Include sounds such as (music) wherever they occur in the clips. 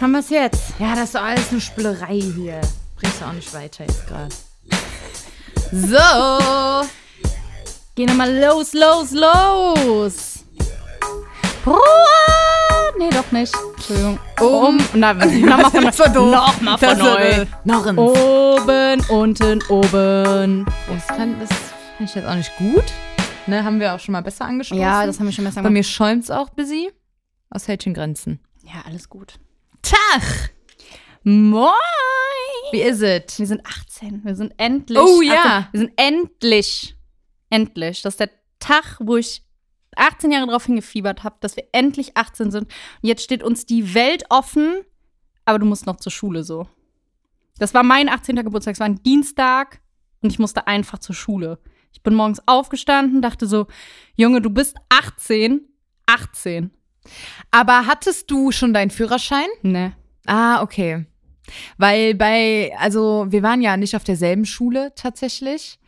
Haben wir's jetzt? Ja, das ist doch alles eine Spülerei hier. Bringst du auch nicht weiter jetzt gerade. (laughs) So. Geh nochmal los, los, los. Ruhe! Nee, doch nicht. Entschuldigung. Um. Na, nochmal (laughs) von, Das war doof. Nochmal von Das war neu. doof. Norrens. Oh, Oben, unten, oben. Das kann, das fand ich jetzt auch nicht gut. Ne, haben wir auch schon mal besser angesprochen. Ja, das haben wir schon besser Bei gemacht. mir schäumt's auch busy. Aus Häldchen Grenzen. Ja, alles gut. Tach! Moin! Wie is it? Wir sind 18. Wir sind endlich. Oh, ja. 18. Wir sind endlich. Endlich. Das ist der Tag, wo ich 18 Jahre drauf hingefiebert habe, dass wir endlich 18 sind. Und jetzt steht uns die Welt offen, aber du musst noch zur Schule so. Das war mein 18. Geburtstag. Es war ein Dienstag und ich musste einfach zur Schule. Ich bin morgens aufgestanden, dachte so: Junge, du bist 18. 18. Aber hattest du schon deinen Führerschein? Ne. Ah, okay. Weil bei, also wir waren ja nicht auf derselben Schule tatsächlich.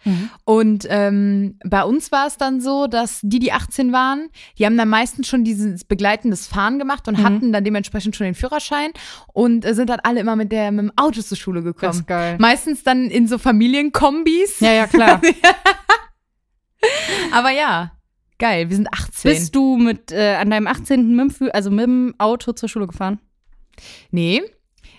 Und ähm, bei uns war es dann so, dass die, die 18 waren, die haben dann meistens schon dieses begleitendes Fahren gemacht Mhm. und hatten dann dementsprechend schon den Führerschein und äh, sind dann alle immer mit, der, mit dem Auto zur Schule gekommen. Das ist geil. Meistens dann in so Familienkombis. Ja, ja, (laughs) klar. Aber ja, geil, wir sind 18. Bist du mit äh, an deinem 18. Mit, dem Fü- also mit dem Auto zur Schule gefahren? Nee. (laughs)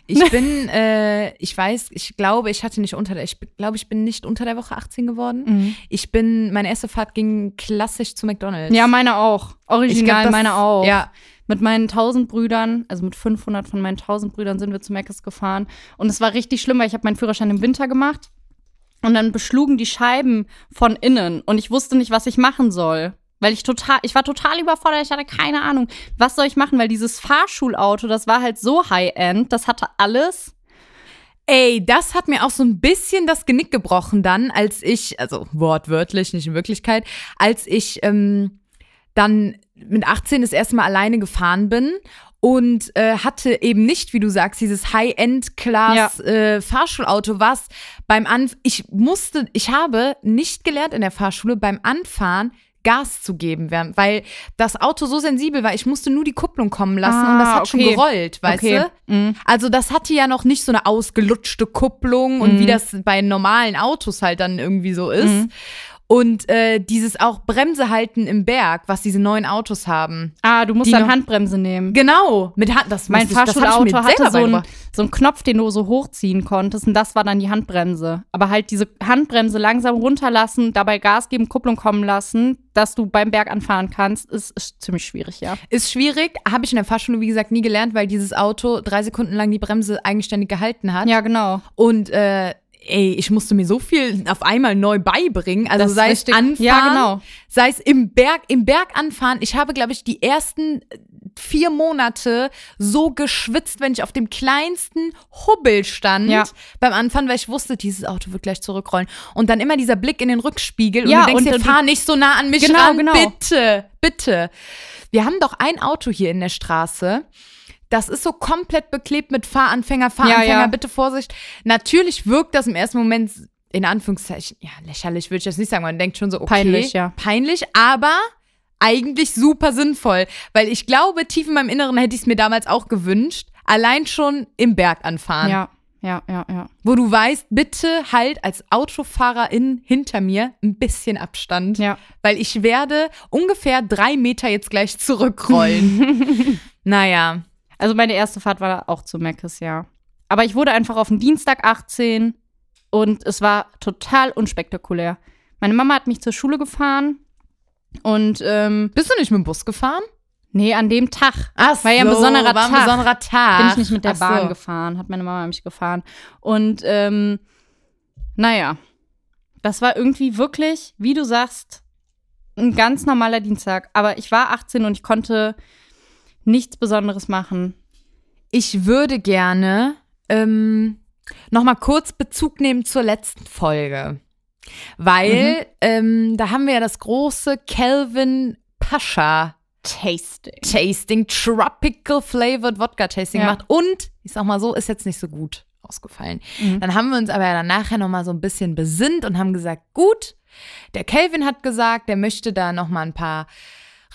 Ich bin, äh, ich weiß, ich glaube, ich hatte nicht unter der, ich glaube, ich bin nicht unter der Woche 18 geworden. Mhm. Ich bin, meine erste Fahrt ging klassisch zu McDonalds. Ja, meine auch. Original, glaub, das- meine auch. Ja, Mit meinen 1000 Brüdern, also mit 500 von meinen 1000 Brüdern sind wir zu Meckes gefahren. Und es war richtig schlimm, weil ich habe meinen Führerschein im Winter gemacht. Und dann beschlugen die Scheiben von innen. Und ich wusste nicht, was ich machen soll. Weil ich total, ich war total überfordert, ich hatte keine Ahnung, was soll ich machen, weil dieses Fahrschulauto, das war halt so High-End, das hatte alles. Ey, das hat mir auch so ein bisschen das Genick gebrochen dann, als ich, also wortwörtlich, nicht in Wirklichkeit, als ich ähm, dann mit 18 das erste Mal alleine gefahren bin und äh, hatte eben nicht, wie du sagst, dieses High-End-Class äh, Fahrschulauto, was beim Anf ich musste, ich habe nicht gelernt in der Fahrschule beim Anfahren Gas zu geben, während- weil das Auto so sensibel war, ich musste nur die Kupplung kommen lassen und das Ah, hat schon okay. gerollt, weißt Okay. du? Also das hatte ja noch nicht so eine ausgelutschte Kupplung und wie das bei normalen Autos halt dann irgendwie so ist. Und äh, dieses auch Bremse halten im Berg, was diese neuen Autos haben. Ah, du musst Die dann noch- Handbremse nehmen. Genau, mit Hand, das Mein musste ich- das hab ich mir Fahrschulauto hatte selber so einen, beigebracht. so einen Knopf, den du so hochziehen konntest und das war dann die Handbremse. Aber halt diese Handbremse langsam runterlassen, dabei Gas geben, Kupplung kommen lassen, dass du beim Berg anfahren kannst, ist, ist ziemlich schwierig, ja. Ist schwierig, habe ich in der Fahrschule, wie gesagt, nie gelernt, weil dieses Auto drei Sekunden lang die Bremse eigenständig gehalten hat. Ja, genau. Und äh, ey, ich musste mir so viel auf einmal neu beibringen. Also Das ist sei richtig. es anfahren, Ja, genau. sei es im Berg, im Berg anfahren. Ich habe, glaube ich, die ersten äh, vier Monate so geschwitzt, wenn ich auf dem kleinsten Hubbel stand Ja. beim Anfahren, weil ich wusste, dieses Auto wird gleich zurückrollen. Und dann immer dieser Blick in den Rückspiegel Ja, und du denkst und dir, du- fahr nicht so nah an mich Genau, ran, genau. bitte, bitte. Wir haben doch ein Auto hier in der Straße. Das ist so komplett beklebt mit Fahranfänger, Fahranfänger, ja. bitte Vorsicht. Natürlich wirkt das im ersten Moment in Anführungszeichen, ja, lächerlich würde ich jetzt nicht sagen, man denkt schon so, okay, Peinlich, ja. peinlich, aber eigentlich super sinnvoll, weil ich glaube, tief in meinem Inneren hätte ich es mir damals auch gewünscht, allein schon im Berg anfahren, Ja, ja, ja, ja. wo du weißt, bitte halt als Autofahrerin hinter mir ein bisschen Abstand, Ja. weil ich werde ungefähr drei Meter jetzt gleich zurückrollen. (laughs) naja, Also meine erste Fahrt war auch zu Meckes, ja. Aber ich wurde einfach auf den Dienstag 18 und es war total unspektakulär. Meine Mama hat mich zur Schule gefahren und ähm, bist du nicht mit dem Bus gefahren? nee, an dem Tag. Ach War ja ein besonderer war ein Tag. besonderer Tag. bin ich nicht mit der Ach Bahn so. gefahren, hat meine Mama mich gefahren. Und ähm, naja, das war irgendwie wirklich, wie du sagst, ein ganz normaler Dienstag. Aber ich war 18 und ich konnte nichts Besonderes machen. Ich würde gerne ähm, nochmal kurz Bezug nehmen zur letzten Folge. Weil ähm, da haben wir ja das große Calvin Pascha Tasting. Tasting, Tropical Flavored Wodka Tasting Ja. gemacht. Und ich sag mal so, ist jetzt nicht so gut ausgefallen. Mhm. Dann haben wir uns aber dann nachher nochmal so ein bisschen besinnt und haben gesagt, gut, der Calvin hat gesagt, der möchte da nochmal ein paar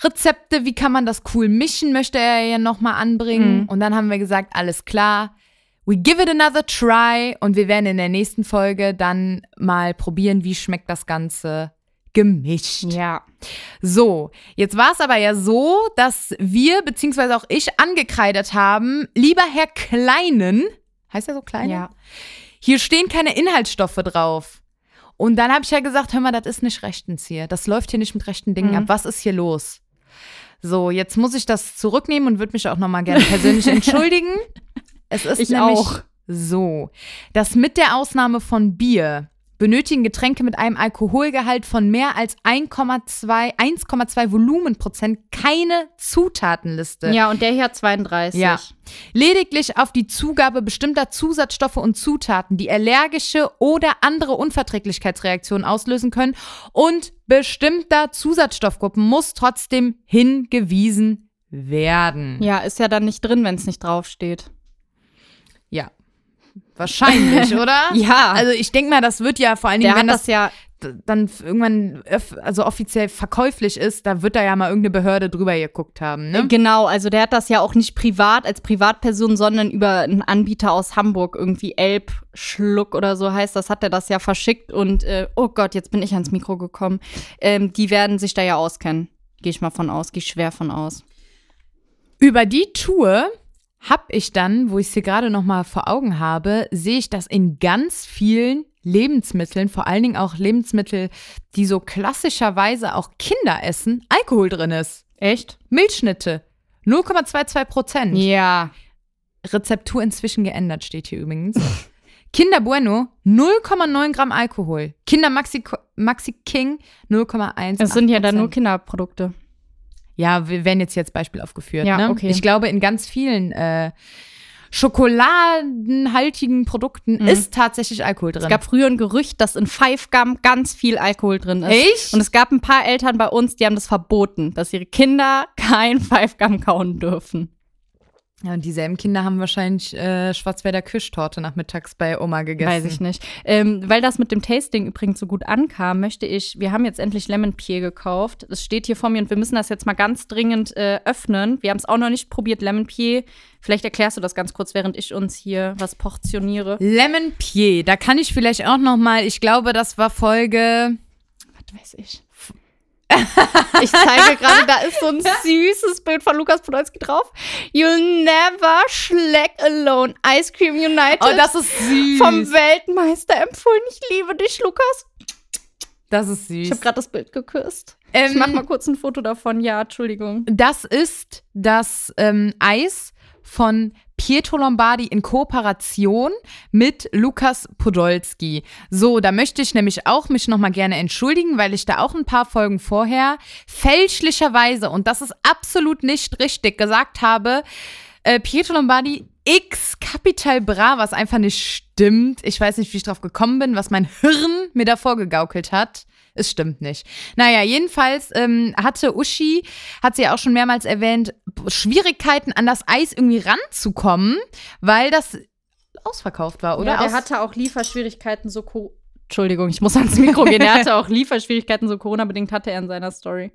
Rezepte, wie kann man das cool mischen, möchte er ja nochmal anbringen. Mhm. Und dann haben wir gesagt, alles klar, we give it another try und wir werden in der nächsten Folge dann mal probieren, wie schmeckt das Ganze gemischt. Ja. So, jetzt war es aber ja so, dass wir, beziehungsweise auch ich, angekreidet haben, lieber Herr Kleinen, heißt er so Kleinen? Ja. Hier stehen keine Inhaltsstoffe drauf. Und dann habe ich ja gesagt, hör mal, das ist nicht rechtens hier. Das läuft hier nicht mit rechten Dingen Mhm. ab. Was ist hier los? So, jetzt muss ich das zurücknehmen und würde mich auch noch mal (laughs) gerne persönlich entschuldigen. Es ist Ich nämlich auch. so, dass mit der Ausnahme von Bier benötigen Getränke mit einem Alkoholgehalt von mehr als 1,2 1,2 Volumenprozent keine Zutatenliste. Ja, und der hier hat 32. Ja. Lediglich auf die Zugabe bestimmter Zusatzstoffe und Zutaten, die allergische oder andere Unverträglichkeitsreaktionen auslösen können und bestimmter Zusatzstoffgruppen muss trotzdem hingewiesen werden. Ja, ist ja dann nicht drin, wenn es nicht draufsteht. Ja. (laughs) Wahrscheinlich, oder? Ja. Also ich denke mal, das wird ja vor allen Dingen, Der wenn hat das, das ja dann irgendwann öff- also offiziell verkäuflich ist, da wird da ja mal irgendeine Behörde drüber geguckt haben, ne? Genau, also der hat das ja auch nicht privat als Privatperson, sondern über einen Anbieter aus Hamburg, irgendwie Elbschluck oder so heißt das, hat er das ja verschickt und äh, oh Gott, jetzt bin ich ans Mikro gekommen. Ähm, die werden sich da ja auskennen. Gehe ich mal von aus, gehe ich schwer von aus. Über die Tour habe ich dann, wo ich es hier gerade noch mal vor Augen habe, sehe ich, dass in ganz vielen Lebensmitteln, vor allen Dingen auch Lebensmittel, die so klassischerweise auch Kinder essen, Alkohol drin ist. Echt? Milchschnitte. 0,22 Prozent. Ja. Rezeptur inzwischen geändert, steht hier übrigens. (laughs) Kinder Bueno, 0,9 Gramm Alkohol. Kinder Maxi, Maxi King, 0,1. Es sind ja dann nur Kinderprodukte. Ja, wir werden jetzt jetzt Beispiel aufgeführt. Ja, ne? okay. Ich glaube, in ganz vielen äh, schokoladenhaltigen Produkten Mhm. ist tatsächlich Alkohol drin. Es gab früher ein Gerücht, dass in Five Gum ganz viel Alkohol drin ist. Echt? Und es gab ein paar Eltern bei uns, die haben das verboten, dass ihre Kinder kein Five Gum kauen dürfen. ja, und dieselben Kinder haben wahrscheinlich äh, Schwarzwälder Kirschtorte nachmittags bei Oma gegessen. Weiß ich nicht. Ähm, weil das mit dem Tasting übrigens so gut ankam, möchte ich, wir haben jetzt endlich Lemon Pie gekauft. Es steht hier vor mir und wir müssen das jetzt mal ganz dringend äh, öffnen. Wir haben es auch noch nicht probiert, Lemon Pie. Vielleicht erklärst du das ganz kurz, während ich uns hier was portioniere. Lemon Pie, da kann ich vielleicht auch noch mal, ich glaube, das war Folge Was weiß ich. ich zeige gerade, da ist so ein süßes Bild von Lukas Podolski drauf. You'll never schleck alone. Ice Cream United. Oh, das ist süß. vom Weltmeister empfohlen. Ich liebe dich, Lukas. das ist süß. Ich habe gerade das Bild geküsst. Ähm, ich mach mal kurz ein Foto davon. Ja, Entschuldigung. Das ist das ähm, Eis von Pietro Lombardi in Kooperation mit Lukas Podolski. So, da möchte ich nämlich auch mich nochmal gerne entschuldigen, weil ich da auch ein paar Folgen vorher fälschlicherweise, und das ist absolut nicht richtig, gesagt habe, äh, Pietro Lombardi X Capital Bra, was einfach nicht stimmt. Ich weiß nicht, wie ich drauf gekommen bin, was mein Hirn mir davor gegaukelt hat. Es stimmt nicht. Naja, jedenfalls ähm, hatte Uschi, hat sie ja auch schon mehrmals erwähnt, b- Schwierigkeiten an das Eis irgendwie ranzukommen, weil das ausverkauft war, oder? ja, der Aus- hatte auch Lieferschwierigkeiten so Co Entschuldigung, ich muss ans Mikro gehen. (laughs) Er hatte auch Lieferschwierigkeiten so Corona-bedingt hatte er in seiner Story.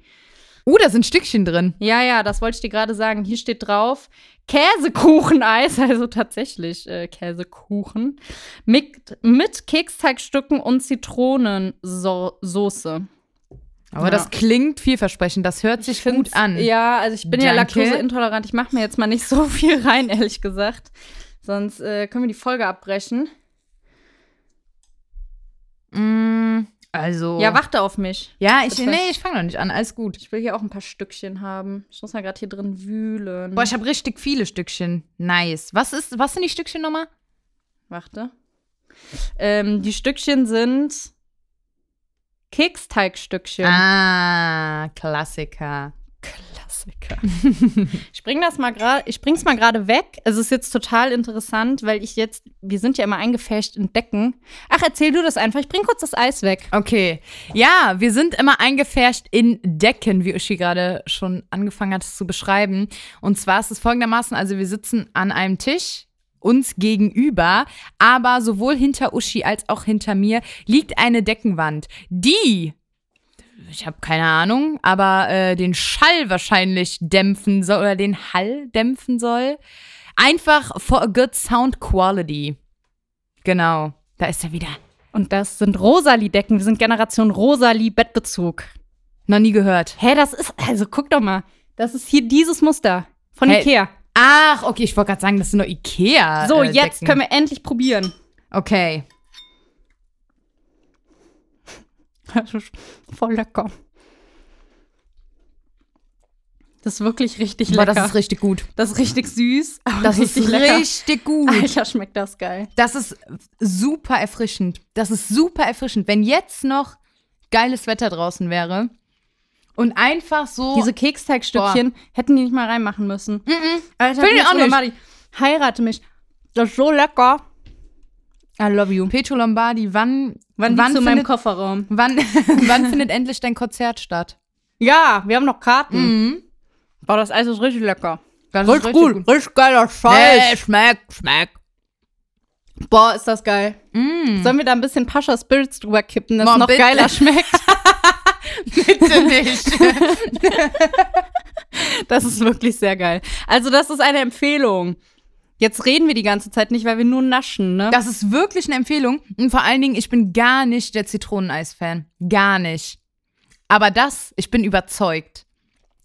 oh, da sind Stückchen drin. Ja, ja, das wollte ich dir gerade sagen. Hier steht drauf Käsekucheneis, (laughs) also tatsächlich äh, Käsekuchen mit, mit Keksteigstücken und Zitronensoße. Aber Ja. das klingt vielversprechend. Das hört sich gut an. Ja, also ich bin ja Danke. laktoseintolerant. Ich mache mir jetzt mal nicht (laughs) so viel rein, ehrlich gesagt. Sonst äh, können wir die Folge abbrechen. Mm, also. Ja, warte auf mich. Ja, ich, Das war- nee, ich fange noch nicht an. Alles gut. Ich will hier auch ein paar Stückchen haben. Ich muss mal gerade hier drin wühlen. Boah, ich habe richtig viele Stückchen. Nice. Was ist, was sind die Stückchen nochmal? Warte. Ähm, die Stückchen sind Keksteigstückchen. Ah, Klassiker. Klassiker. (laughs) ich bring das mal gerade, ich bring's mal gerade weg. Es ist jetzt total interessant, weil ich jetzt, wir sind ja immer eingefärscht in Decken. Ach, erzähl du das einfach. Ich bring kurz das Eis weg. Okay. Ja, wir sind immer eingefärscht in Decken, wie Uschi gerade schon angefangen hat es zu beschreiben. Und zwar ist es folgendermaßen, also wir sitzen an einem Tisch uns gegenüber, aber sowohl hinter Uschi als auch hinter mir liegt eine Deckenwand, die ich habe keine Ahnung, aber äh, den Schall wahrscheinlich dämpfen soll oder den Hall dämpfen soll. Einfach for a good sound quality. Genau, da ist er wieder. Und das sind Rosalie-Decken. Wir sind Generation Rosalie-Bettbezug. Noch nie gehört. Hä, das ist, also guck doch mal. Das ist hier dieses Muster von Hä? Ikea. Ach, okay, ich wollte gerade sagen, das sind nur Ikea. So, äh, jetzt Decken. können wir endlich probieren. (laughs) Okay. Das ist voll lecker. Das ist wirklich richtig Boah, lecker. das ist richtig gut. (laughs) Das ist richtig süß, (laughs) aber Das richtig ist lecker. richtig gut. Alter, schmeckt das geil. Das ist super erfrischend. Das ist super erfrischend. Wenn jetzt noch geiles Wetter draußen wäre und einfach so. Diese Keksteigstückchen hätten die nicht mal reinmachen müssen. Alter, Finde ich Nils auch oder nicht. Mari, heirate mich. Das ist so lecker. I love you. Petro Lombardi, wann, Wann, wann, wann zu meinem findet, Kofferraum? (laughs) wann, wann findet endlich dein Konzert statt? Ja, wir haben noch Karten. Boah, Mhm. das Eis ist richtig lecker. Das Richtig gut, richtig geiler Scheiß. Nee, schmeckt, schmeckt. Boah, ist das geil. Sollen wir da ein bisschen Pascha Spirits drüber kippen, dass Boah, es noch bitte. geiler schmeckt? (laughs) Bitte nicht. Das ist wirklich sehr geil. Also, das ist eine Empfehlung. Jetzt reden wir die ganze Zeit nicht, weil wir nur naschen, ne? Das ist wirklich eine Empfehlung. Und vor allen Dingen, ich bin gar nicht der Zitroneneis-Fan. Gar nicht. Aber das, ich bin überzeugt.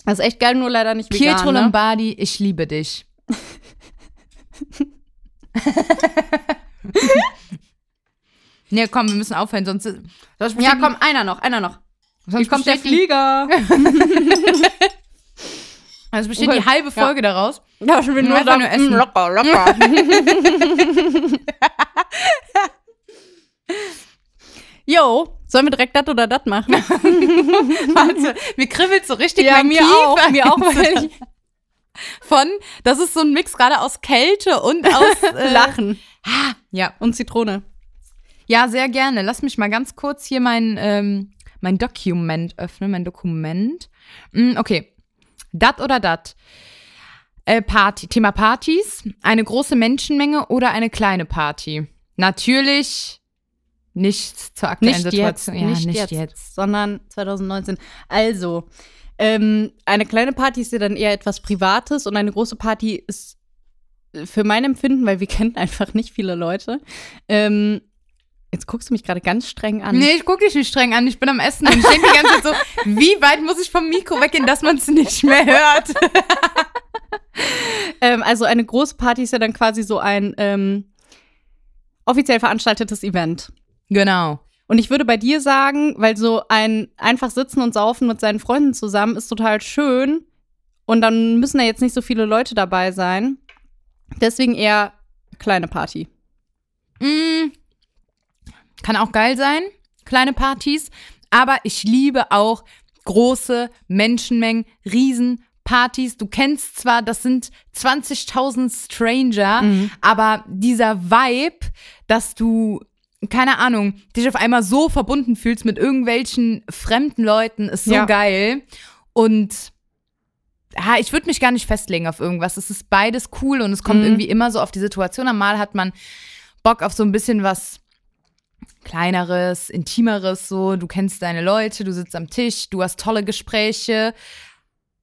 Das ist echt geil, nur leider nicht vegan, Pietro ne? Lombardi, ich liebe (laughs) dich. nee, komm, wir müssen aufhören, sonst. sonst Ja, komm, einer noch, einer noch. sonst kommt der Flieg. Flieger. Also besteht Okay. die halbe Oh, Ja. Folge daraus. (laughs) Ja, schon wieder nur einfach nur sagen, mm, essen. Locker, (laughs) locker. Jo, sollen wir direkt dat oder dat (laughs) machen? Warte, mir kribbelt so (laughs) richtig Ja, mein mir Kiefer. auch, mir (laughs) auch, weil ich- Von, das ist so ein Mix gerade aus Kälte und (laughs) aus äh, Lachen Ja. und Zitrone. ja, sehr gerne. Lass mich mal ganz kurz hier mein, ähm, mein Dokument öffnen, mein Dokument. Mm, okay. Dat oder dat? Äh, Party. Thema Partys. Eine große Menschenmenge oder eine kleine Party? Natürlich nichts zur aktuellen Nicht jetzt, Situation. Ja, nicht, jetzt, sondern 2019. Also, ähm, eine kleine Party ist ja dann eher etwas Privates und eine große Party ist äh, für mein Empfinden, weil wir (laughs) kennen einfach nicht viele Leute. Ähm, jetzt guckst du mich gerade ganz streng an. Nee, ich gucke dich nicht streng an. Ich bin am Essen und ich denke die ganze Zeit so, (laughs) wie weit muss ich vom Mikro weggehen, dass man es nicht (laughs) mehr hört? Ähm, also eine große Party ist ja dann quasi so ein ähm, offiziell veranstaltetes Event. Genau. Und ich würde bei dir sagen, weil so ein einfach sitzen und saufen mit seinen Freunden zusammen ist total schön und dann müssen da jetzt nicht so viele Leute dabei sein. Deswegen eher kleine Party. Mm, kann auch geil sein, kleine Partys. Aber ich liebe auch große Menschenmengen, Riesenpartys. Du kennst zwar, das sind 20.000 Stranger, Mhm. aber dieser Vibe, dass du, keine Ahnung, dich auf einmal so verbunden fühlst mit irgendwelchen fremden Leuten, ist so Ja. geil. Und ah, ich würde mich gar nicht festlegen auf irgendwas. Es ist beides cool und es kommt Mhm. irgendwie immer so auf die Situation. an. Mal hat man Bock auf so ein bisschen was kleineres, intimeres, so, du kennst deine Leute, du sitzt am Tisch, du hast tolle Gespräche,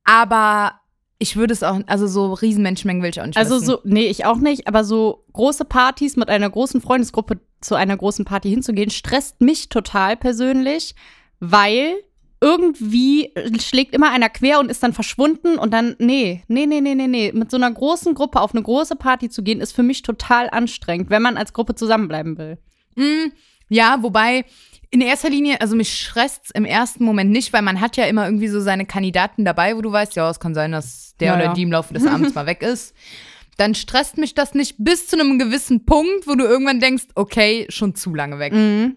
aber ich würde es auch, also so Riesenmenschenmengen will ich auch nicht Also wissen. so, nee, ich auch nicht, aber so große Partys mit einer großen Freundesgruppe zu einer großen Party hinzugehen, stresst mich total persönlich, weil irgendwie schlägt immer einer quer und ist dann verschwunden und dann, nee, nee, nee, nee, nee, nee. Mit so einer großen Gruppe auf eine große Party zu gehen, ist für mich total anstrengend, wenn man als Gruppe zusammenbleiben will. Mm, ja, wobei in erster Linie, also mich stresst's im ersten Moment nicht, weil man hat ja immer irgendwie so seine Kandidaten dabei, wo du weißt, ja, es kann sein, dass der Ja, oder ja. die im Laufe des Abends mal weg ist. Dann stresst mich das nicht bis zu einem gewissen Punkt, wo du irgendwann denkst, okay, schon zu lange weg. Mhm.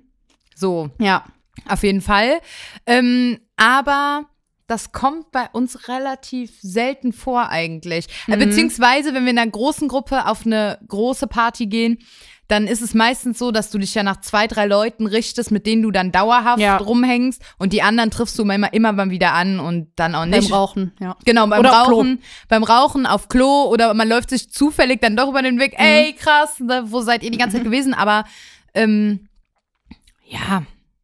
So, Ja. Auf jeden Fall. Ähm, aber das kommt bei uns relativ selten vor eigentlich. Mhm. Äh, Beziehungsweise, wenn wir in einer großen Gruppe auf eine große Party gehen, dann ist es meistens so, dass du dich ja nach zwei, drei Leuten richtest, mit denen du dann dauerhaft Ja. rumhängst und die anderen triffst du immer, immer mal wieder an und dann auch Beim nicht. Rauchen, ja. Genau, beim Oder auf Klo. Rauchen, beim Rauchen auf Klo oder man läuft sich zufällig dann doch über den Weg, Mhm. ey, krass, da- wo seid ihr die ganze Zeit gewesen? Aber ähm, ja,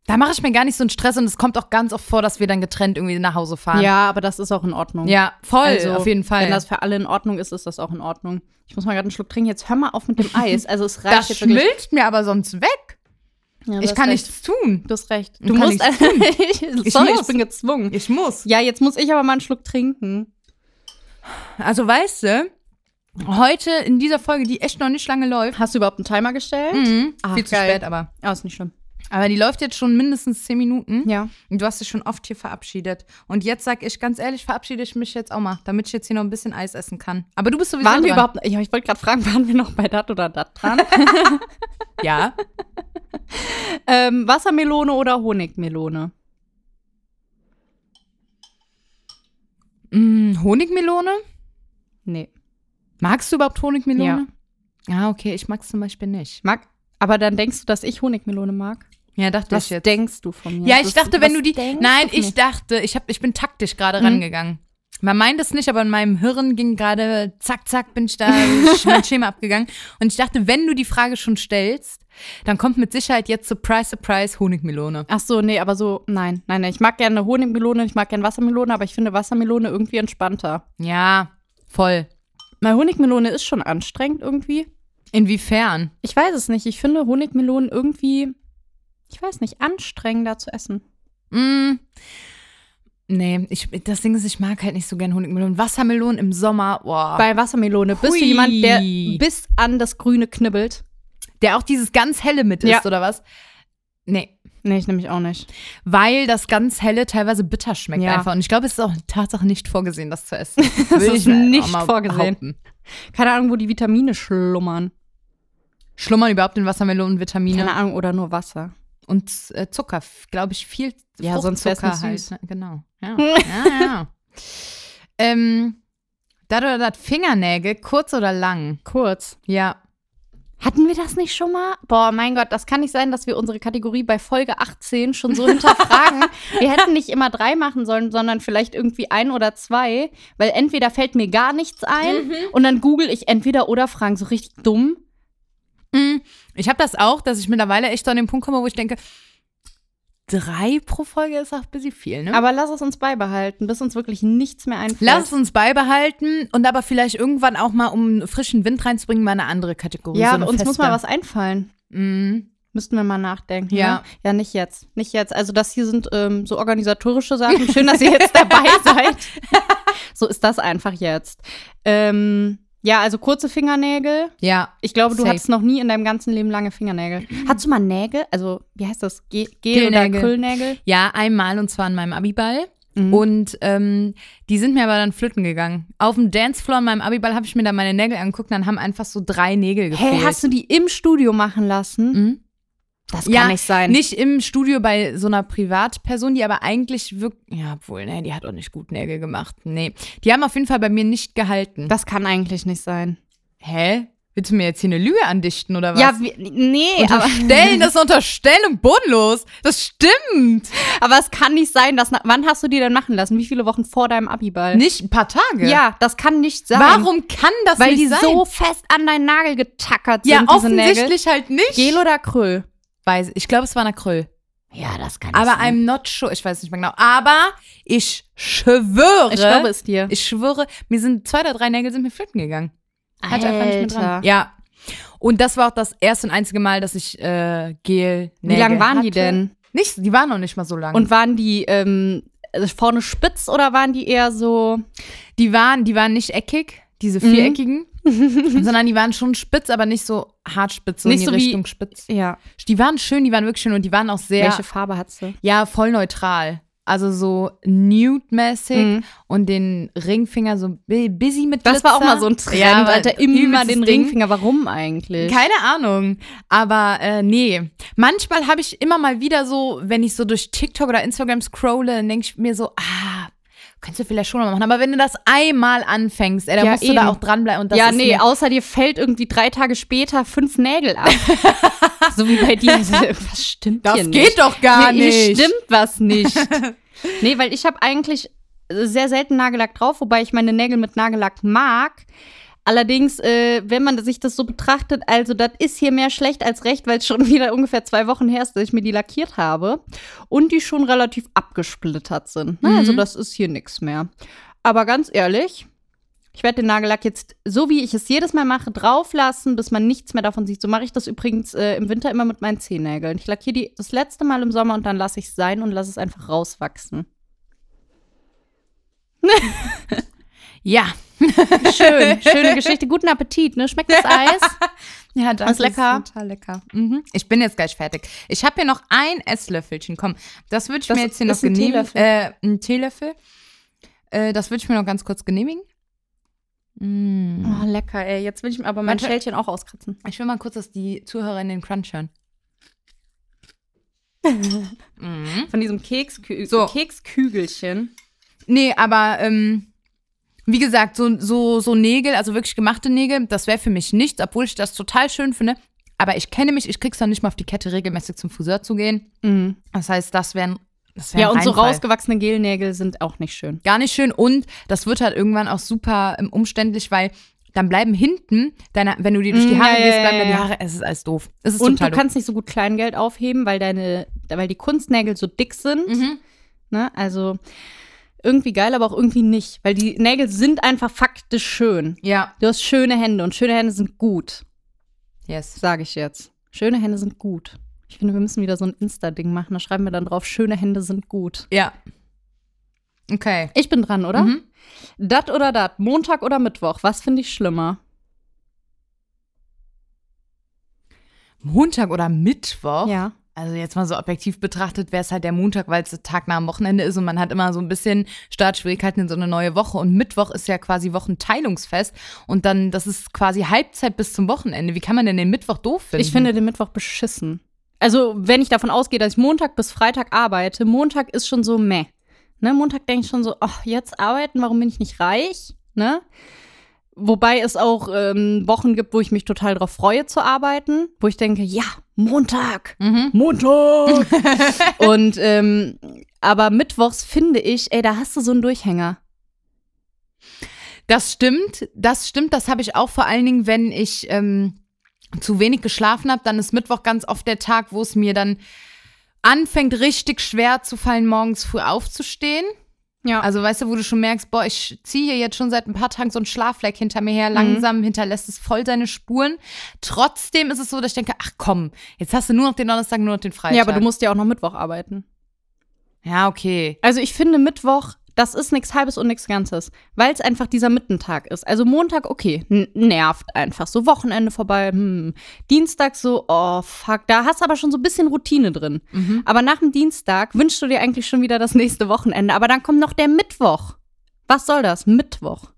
Da mache ich mir gar nicht so einen Stress und es kommt auch ganz oft vor, dass wir dann getrennt irgendwie nach Hause fahren. Ja, aber das ist auch in Ordnung. Ja, voll, Also, auf jeden Fall. Wenn das für alle in Ordnung ist, ist das auch in Ordnung. Ich muss mal gerade einen Schluck trinken. Jetzt hör mal auf (laughs) mit dem Eis. Also es reicht das jetzt wirklich. schmilzt mir aber sonst weg. Ja, du Ich hast kann recht. nichts tun. Du hast recht. Du musst ich, (laughs) Ich sorry, ich muss. bin gezwungen. Ich muss. Ja, jetzt muss ich aber mal einen Schluck trinken. Also weißt du, heute in dieser Folge, die echt noch nicht lange läuft, Hast du überhaupt einen Timer gestellt? Ah, Mhm. viel zu geil. spät, aber. Ah, ist nicht schlimm. Aber die läuft jetzt schon mindestens zehn Minuten. Ja. Und du hast dich schon oft hier verabschiedet. Und jetzt sag ich ganz ehrlich, verabschiede ich mich jetzt auch mal, damit ich jetzt hier noch ein bisschen Eis essen kann. Aber du bist sowieso Waren wir dran. überhaupt, ja, ich wollte gerade fragen, (laughs) waren wir noch bei dat oder dat (laughs) dran? Ja. ähm, Wassermelone oder Honigmelone? (laughs) Mm, Honigmelone? Nee. Magst du überhaupt Honigmelone? Ja. Ah, okay, ich mag es zum Beispiel nicht. Mag, aber dann denkst du, dass ich Honigmelone mag? Ja, dachte Was ich jetzt. denkst du von mir? Ja, Das ich ist- dachte, wenn was du Mhm. die. denkst Nein, du von ich mir? dachte, ich, hab, ich bin taktisch gerade rangegangen. Man meint es nicht, aber in meinem Hirn ging gerade zack, zack, bin ich da (laughs) mein Schema abgegangen. Und ich dachte, wenn du die Frage schon stellst, dann kommt mit Sicherheit jetzt Surprise, Surprise Honigmelone. Ach so, nee, aber so, nein, nein, nein. Ich mag gerne Honigmelone, ich mag gerne Wassermelone, aber ich finde Wassermelone irgendwie entspannter. Ja, voll. Weil Honigmelone ist schon anstrengend irgendwie. Inwiefern? Ich weiß es nicht. Ich finde Honigmelonen irgendwie, ich weiß nicht, anstrengender zu essen. Mm. Nee, ich, das Ding ist, ich mag halt nicht so gern Honigmelonen. Wassermelonen im Sommer, boah. Bei Wassermelone bist Hui. du jemand, der bis an das Grüne knibbelt? Der auch dieses ganz helle mit ist, Ja. oder was? Nee. Nee, ich nämlich auch nicht. weil das ganz helle teilweise bitter schmeckt Ja. einfach. Und ich glaube, es ist auch Tatsache nicht vorgesehen, das zu (laughs) essen. das ist nicht vorgesehen. Keine Ahnung, wo die Vitamine schlummern. Schlummern überhaupt in Wassermelonen Vitamine Keine Ahnung, oder nur Wasser. und äh, Zucker, glaube ich, viel Ja, sonst wär's Fruchtzucker nicht süß. halt. ne? Genau. (laughs) Ja, ja. ja. ähm, dat oder dat Fingernägel, kurz oder lang? Kurz. Ja. Hatten wir das nicht schon mal? Boah, mein Gott, das kann nicht sein, dass wir unsere Kategorie bei Folge 18 schon so (laughs) hinterfragen. wir hätten nicht immer drei machen sollen, sondern vielleicht irgendwie ein oder zwei, weil entweder fällt mir gar nichts ein und dann google ich entweder oder Fragen so richtig dumm. Mm, Ich habe das auch, dass ich mittlerweile echt so an den Punkt komme, wo ich denke, drei pro Folge ist auch ein bisschen viel, ne? Aber lass es uns beibehalten, bis uns wirklich nichts mehr einfällt. Lass es uns beibehalten und aber vielleicht irgendwann auch mal, um frischen Wind reinzubringen, mal eine andere Kategorie. ja, so eine uns muss feste. mal was einfallen. Mhm. Müssten wir mal nachdenken. Ja. Ne? Ja, nicht jetzt. Nicht jetzt. Also, das hier sind ähm, so organisatorische Sachen. Schön, dass ihr jetzt dabei (laughs) seid. (laughs) So ist das einfach jetzt. Ähm, ja, also kurze Fingernägel. Ja. Ich glaube, du Safe. Mhm. hattest noch nie in deinem ganzen Leben lange Fingernägel. Hattest du mal Nägel? Also, wie heißt das? Ge Gel oder Gelnägel. Krüllnägel? Ja, einmal und zwar an meinem Abiball. Mhm. Und ähm, die sind mir aber dann flöten gegangen. Auf dem Dancefloor an meinem Abiball habe ich mir dann meine Nägel angeguckt, dann haben einfach so drei Nägel gefehlt. Hey, hast du die im Studio machen lassen? Mhm. Das Ja, kann nicht sein. Nicht im Studio bei so einer Privatperson, die aber eigentlich wirklich. Ja, obwohl, nee, die hat auch nicht gut Nägel gemacht. Nee. Die haben auf jeden Fall bei mir nicht gehalten. Das kann eigentlich nicht sein. Hä? Willst du mir jetzt hier eine Lüge andichten oder was? Ja, wie, nee, aber, Unterstellen, das ist eine Unterstellung, bodenlos. Das stimmt. (laughs) aber es kann nicht sein, dass. na- Wann hast du die denn machen lassen? Wie viele Wochen vor deinem Abiball? Nicht ein paar Tage. Äh, Ja, das kann nicht sein. Warum kann das Weil nicht die sein? so fest an deinen Nagel getackert ja, sind, diese Nägel. offensichtlich halt nicht. Gel oder Krüll? weiß, ich glaube, es war ein Acryl. Ja, das kann Aber I'm not sure. Ich weiß nicht mehr genau. Aber ich schwöre. Ich glaube es dir. ich schwöre, mir sind zwei oder drei Nägel sind mir flöten gegangen. Hat einfach nicht mehr dran. Alter. Ja. Und das war auch das erste und einzige Mal, dass ich äh, Gel Wie lang waren die hatte. denn? Nicht, die waren noch nicht mal so lang. Und waren die ähm, also vorne spitz oder waren die eher so Die waren, die waren nicht eckig, diese Mhm. (laughs) viereckigen, sondern die waren schon spitz, aber nicht so hart spitz, so Nicht in die so wie- Richtung spitz. ja, Die waren schön, die waren wirklich schön und die waren auch sehr, welche Farbe hat sie? ja, voll neutral. Also so nude-mäßig und den Ringfinger so bi- busy mit Mhm. Das war auch Glitzer. mal so ein Trend, Ja, war Alter, ein immer übelstes den Ding. Ringfinger. Warum eigentlich? Keine Ahnung, aber äh, nee. Manchmal habe ich immer mal wieder so, wenn ich so durch TikTok oder Instagram scrolle, dann denke ich mir so, ah, könntest du vielleicht schon mal machen. Aber wenn du das einmal anfängst, ey, dann Ja, musst du da eben. auch dranbleiben. Und das ja, ist nee, mir- außer dir fällt irgendwie drei Tage später fünf Nägel (laughs) ab. so wie bei dir. Was stimmt Das hier geht nicht? doch gar Nee, hier nicht. stimmt was (laughs) nicht. nee, weil ich habe eigentlich sehr selten Nagellack drauf, wobei ich meine Nägel mit Nagellack mag. Allerdings, äh, wenn man sich das so betrachtet, also das ist hier mehr schlecht als recht, weil es schon (laughs) wieder ungefähr zwei Wochen her ist, dass ich mir die lackiert habe und die schon relativ abgesplittert sind. Ne? Also Mhm. das ist hier nichts mehr. Aber ganz ehrlich, ich werde den Nagellack jetzt, so wie ich es jedes Mal mache, drauflassen, bis man nichts mehr davon sieht. So mache ich das übrigens äh, im Winter immer mit meinen Zehennägeln. Ich lackiere die das letzte Mal im Sommer und dann lasse ich es sein und lasse es einfach rauswachsen. Ja. (laughs) Schön, schöne Geschichte. Guten Appetit, ne? Schmeckt das (laughs) Eis? Ja, das Ist lecker. total lecker. Mhm. Ich bin jetzt gleich fertig. Ich habe hier noch ein Esslöffelchen. Komm, das würde ich Das mir jetzt hier ist noch ein genehmigen. Teelöffel. Äh, ein Teelöffel. Äh, das würde ich mir noch ganz kurz genehmigen. Mm. Oh, lecker, ey. Jetzt will ich aber mein Warte. Schälchen auch auskratzen. Ich will mal kurz, dass die Zuhörerinnen den Crunch (laughs) hören. mhm. Von diesem Kekskü So. Kekskügelchen. Nee, aber ähm, wie gesagt, so, so, so Nägel, also wirklich gemachte Nägel, das wäre für mich nichts, obwohl ich das total schön finde. Aber ich kenne mich, ich krieg's dann nicht mal auf die Kette, regelmäßig zum Friseur zu gehen. Das heißt, das wären. Das wär Mhm. Ja, ein und so Reinfall. rausgewachsene Gelnägel sind auch nicht schön. Gar nicht schön. Und das wird halt irgendwann auch super ähm, umständlich, weil dann bleiben hinten, deine, wenn du dir durch die Mm, Haare ja, ja, gehst, bleiben ja, dann die ja. Haare. Es ist alles doof. Es ist Und total du doof. kannst nicht so gut Kleingeld aufheben, weil deine, weil die Kunstnägel so dick sind. Mhm. Ne? Also irgendwie geil, aber auch irgendwie nicht. Weil die Nägel sind einfach faktisch schön. Ja, Du hast schöne Hände und schöne Hände sind gut, yes. sage ich jetzt. Schöne Hände sind gut. Ich finde, wir müssen wieder so ein Insta-Ding machen. Da schreiben wir dann drauf, schöne Hände sind gut. Ja. Okay. Ich bin dran, oder? Mhm. Dat oder dat, Montag oder Mittwoch, was finde ich schlimmer? Montag oder Mittwoch? Ja. Also jetzt mal so objektiv betrachtet, wäre es halt der Montag, weil es der Tag nach dem Wochenende ist und man hat immer so ein bisschen Startschwierigkeiten in so eine neue Woche. Und Mittwoch ist ja quasi Wochenteilungsfest und dann, das ist quasi Halbzeit bis zum Wochenende. Wie kann man denn den Mittwoch doof finden? Ich finde den Mittwoch beschissen. Also, wenn ich davon ausgehe, dass ich Montag bis Freitag arbeite, Montag ist schon so meh. Ne, Montag denke ich schon so, ach, jetzt arbeiten, warum bin ich nicht reich? Ne? Wobei es auch ähm, Wochen gibt, wo ich mich total darauf freue zu arbeiten, wo ich denke, ja, Montag, Mhm. Montag. Und ähm, aber Mittwochs finde ich, ey, da hast du so einen Durchhänger. Das stimmt, das stimmt. Das habe ich auch vor allen Dingen, wenn ich ähm, zu wenig geschlafen habe, dann ist Mittwoch ganz oft der Tag, wo es mir dann anfängt, richtig schwer zu fallen, morgens früh aufzustehen. Ja. Also weißt du, wo du schon merkst, boah, ich ziehe hier jetzt schon seit ein paar Tagen so einen Schlaffleck hinter mir Mhm. her, langsam hinterlässt es voll seine Spuren. Trotzdem ist es so, dass ich denke, ach komm, jetzt hast du nur noch den Donnerstag, nur noch den Freitag. ja, aber du musst ja auch noch Mittwoch arbeiten. Ja, okay. Also ich finde Mittwoch, das ist nichts Halbes und nichts Ganzes, weil es einfach dieser Mittentag ist. Also Montag, okay, n- nervt einfach. So Wochenende vorbei, hm. Dienstag so, oh fuck, da hast du aber schon so ein bisschen Routine drin. Aber nach dem Dienstag wünschst du dir eigentlich schon wieder das nächste Wochenende. Aber dann kommt noch der Mittwoch. Was soll das? Mittwoch.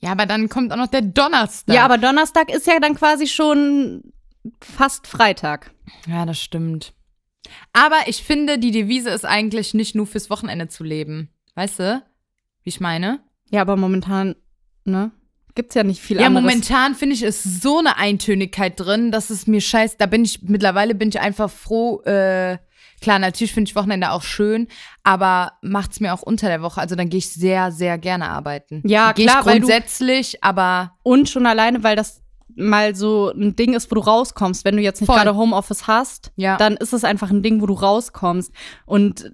Ja, aber dann kommt auch noch der Donnerstag. Ja, aber Donnerstag ist ja dann quasi schon fast Freitag. Ja, das stimmt. Aber ich finde, die Devise ist eigentlich nicht nur fürs Wochenende zu leben. Weißt du, wie ich meine? Ja, aber momentan, ne? Gibt's ja nicht viel Ja, anderes. momentan finde ich, ist so eine Eintönigkeit drin, dass es mir scheiß. Da bin ich, mittlerweile bin ich einfach froh. Äh, klar, natürlich finde ich Wochenende auch schön, aber macht es mir auch unter der Woche. Also dann gehe ich sehr, sehr gerne arbeiten. Ja, Gehe ich klar, weil du- grundsätzlich, aber Und schon alleine, weil das mal so ein Ding ist, wo du rauskommst. Wenn du jetzt nicht Voll. gerade Homeoffice hast, Ja. dann ist es einfach ein Ding, wo du rauskommst. Und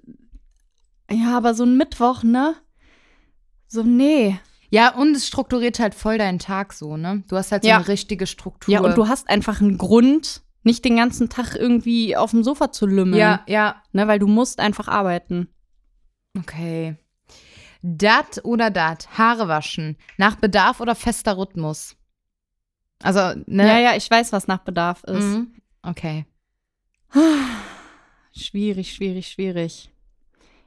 äh, ja, aber so ein Mittwoch, ne? So, nee. ja, und es strukturiert halt voll deinen Tag so, ne? Du hast halt so Ja. eine richtige Struktur. Ja, und du hast einfach einen Grund, nicht den ganzen Tag irgendwie auf dem Sofa zu lümmeln. ja, ja, Ne, weil du musst einfach arbeiten. Okay. Dat oder dat? Haare waschen. Nach Bedarf oder fester Rhythmus? Also, ne? Ja, ja, ich weiß, was nach Bedarf ist. Mhm. Okay. Schwierig, schwierig, schwierig.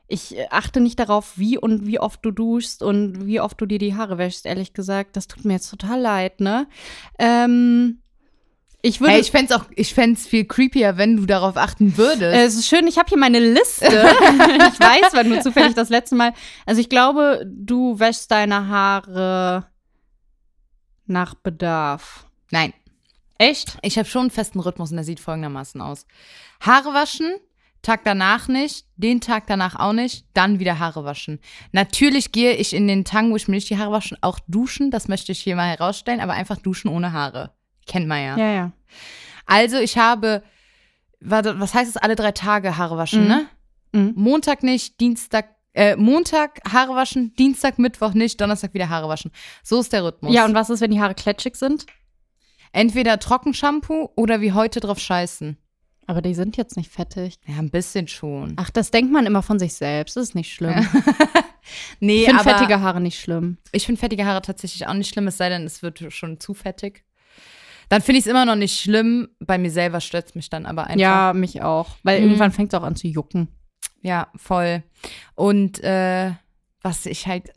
Ich äh, achte nicht darauf, wie und wie oft du duschst und wie oft du dir die Haare wäschst, ehrlich gesagt. Das tut mir jetzt total leid, ne? Ähm, ich würde. Ey, ich fänd's auch, ich fänd's viel creepier, wenn du darauf achten würdest. äh, es ist schön, ich habe hier meine (laughs) Liste. ich weiß, weil nur zufällig das letzte Mal. Also ich glaube, du wäschst deine Haare nach Bedarf. Nein. Echt? Ich habe schon einen festen Rhythmus und der sieht folgendermaßen aus. Haare waschen, Tag danach nicht, den Tag danach auch nicht, dann wieder Haare waschen. Natürlich gehe ich in den Tagen, wo ich mir nicht die Haare waschen, auch duschen, das möchte ich hier mal herausstellen, aber einfach duschen ohne Haare. Kennt man ja. Ja, ja. Also ich habe, warte, was heißt es, alle drei Tage Haare waschen, Mhm. ne? Mhm. Montag nicht, Dienstag, äh, Montag Haare waschen, Dienstag, Mittwoch nicht, Donnerstag wieder Haare waschen. So ist der Rhythmus. Ja, und was ist, wenn die Haare kletschig sind? Entweder Trockenshampoo oder wie heute drauf scheißen. Aber die sind jetzt nicht fettig. Ja, ein bisschen schon. Ach, das denkt man immer von sich selbst. Das ist nicht schlimm. Nee, Ich finde fettige Haare nicht schlimm. Ich finde fettige Haare tatsächlich auch nicht schlimm, es sei denn, es wird schon zu fettig. Dann finde ich es immer noch nicht schlimm. Bei mir selber stört es mich dann aber einfach. Ja, mich auch. Weil Mhm. irgendwann fängt es auch an zu jucken. Ja, voll. Und äh, was ich halt,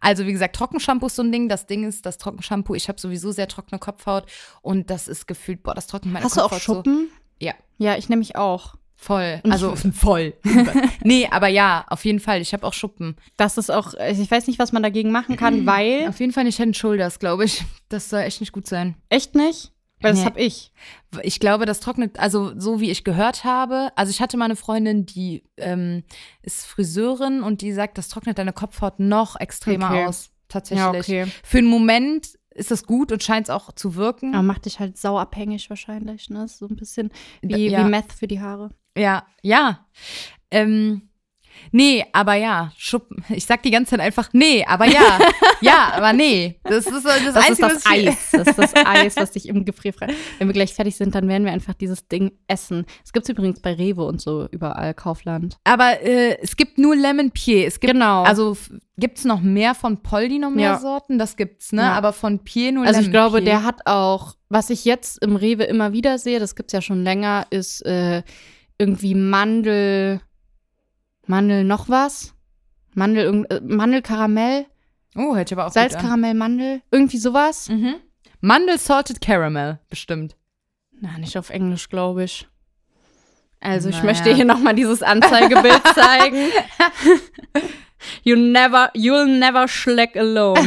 also wie gesagt, Trockenshampoo ist so ein Ding. Das Ding ist, das Trockenshampoo, ich habe sowieso sehr trockene Kopfhaut und das ist gefühlt, boah, das trocknet meine Hast du Kopfhaut auch Schuppen? So. Ja, Ja, ich nehme mich auch. voll. Und ich- Also voll. (laughs) nee, aber ja, auf jeden Fall. Ich habe auch Schuppen. Das ist auch, ich weiß nicht, was man dagegen machen kann, Mhm. weil. Auf jeden Fall nicht Head and Shoulders, glaube ich. Das soll echt nicht gut sein. Echt nicht? Weil das Nee. habe ich. Ich glaube, das trocknet, also so wie ich gehört habe, also ich hatte mal eine Freundin, die ähm, ist Friseurin und die sagt, das trocknet deine Kopfhaut noch extremer Okay. aus. Tatsächlich. Ja, okay. Für einen Moment ist das gut und scheint es auch zu wirken. Aber macht dich halt sauabhängig wahrscheinlich, ne? So ein bisschen wie, Ja. wie Meth für die Haare. Ja, ja. Ähm, nee, aber ja. Schuppen. Ich sag die ganze Zeit einfach, nee, (laughs) aber ja. ja, aber nee. Das ist so das, Das Einzige, ist das was ich- Eis. Das ist das Eis, was dich im (laughs) Gefrierfrei. Wenn wir gleich fertig sind, dann werden wir einfach dieses Ding essen. Es gibt es übrigens bei Rewe und so überall, Kaufland. Aber äh, es gibt nur Lemon Pie. Es gibt Genau. Also, Also gibt es noch mehr von Poldi, noch mehr Ja. Sorten? Das gibt's, ne? Ja. Aber von Pier nur also ich Lemon glaube, Pie. der hat auch, was ich jetzt im Rewe immer wieder sehe, das gibt es ja schon länger, ist äh, irgendwie Mandel, Mandel noch was? Mandel, irgend- äh, Mandelkaramell, Oh, hätte ich aber auch gut an. Salzkaramell, Mandel, irgendwie sowas. Mhm. Mandel Salted Caramel, bestimmt. Na, nicht auf Englisch, glaube ich. Also, ich Naja. möchte hier nochmal dieses (laughs) Anzeigebild zeigen. you never, you'll never schleck alone.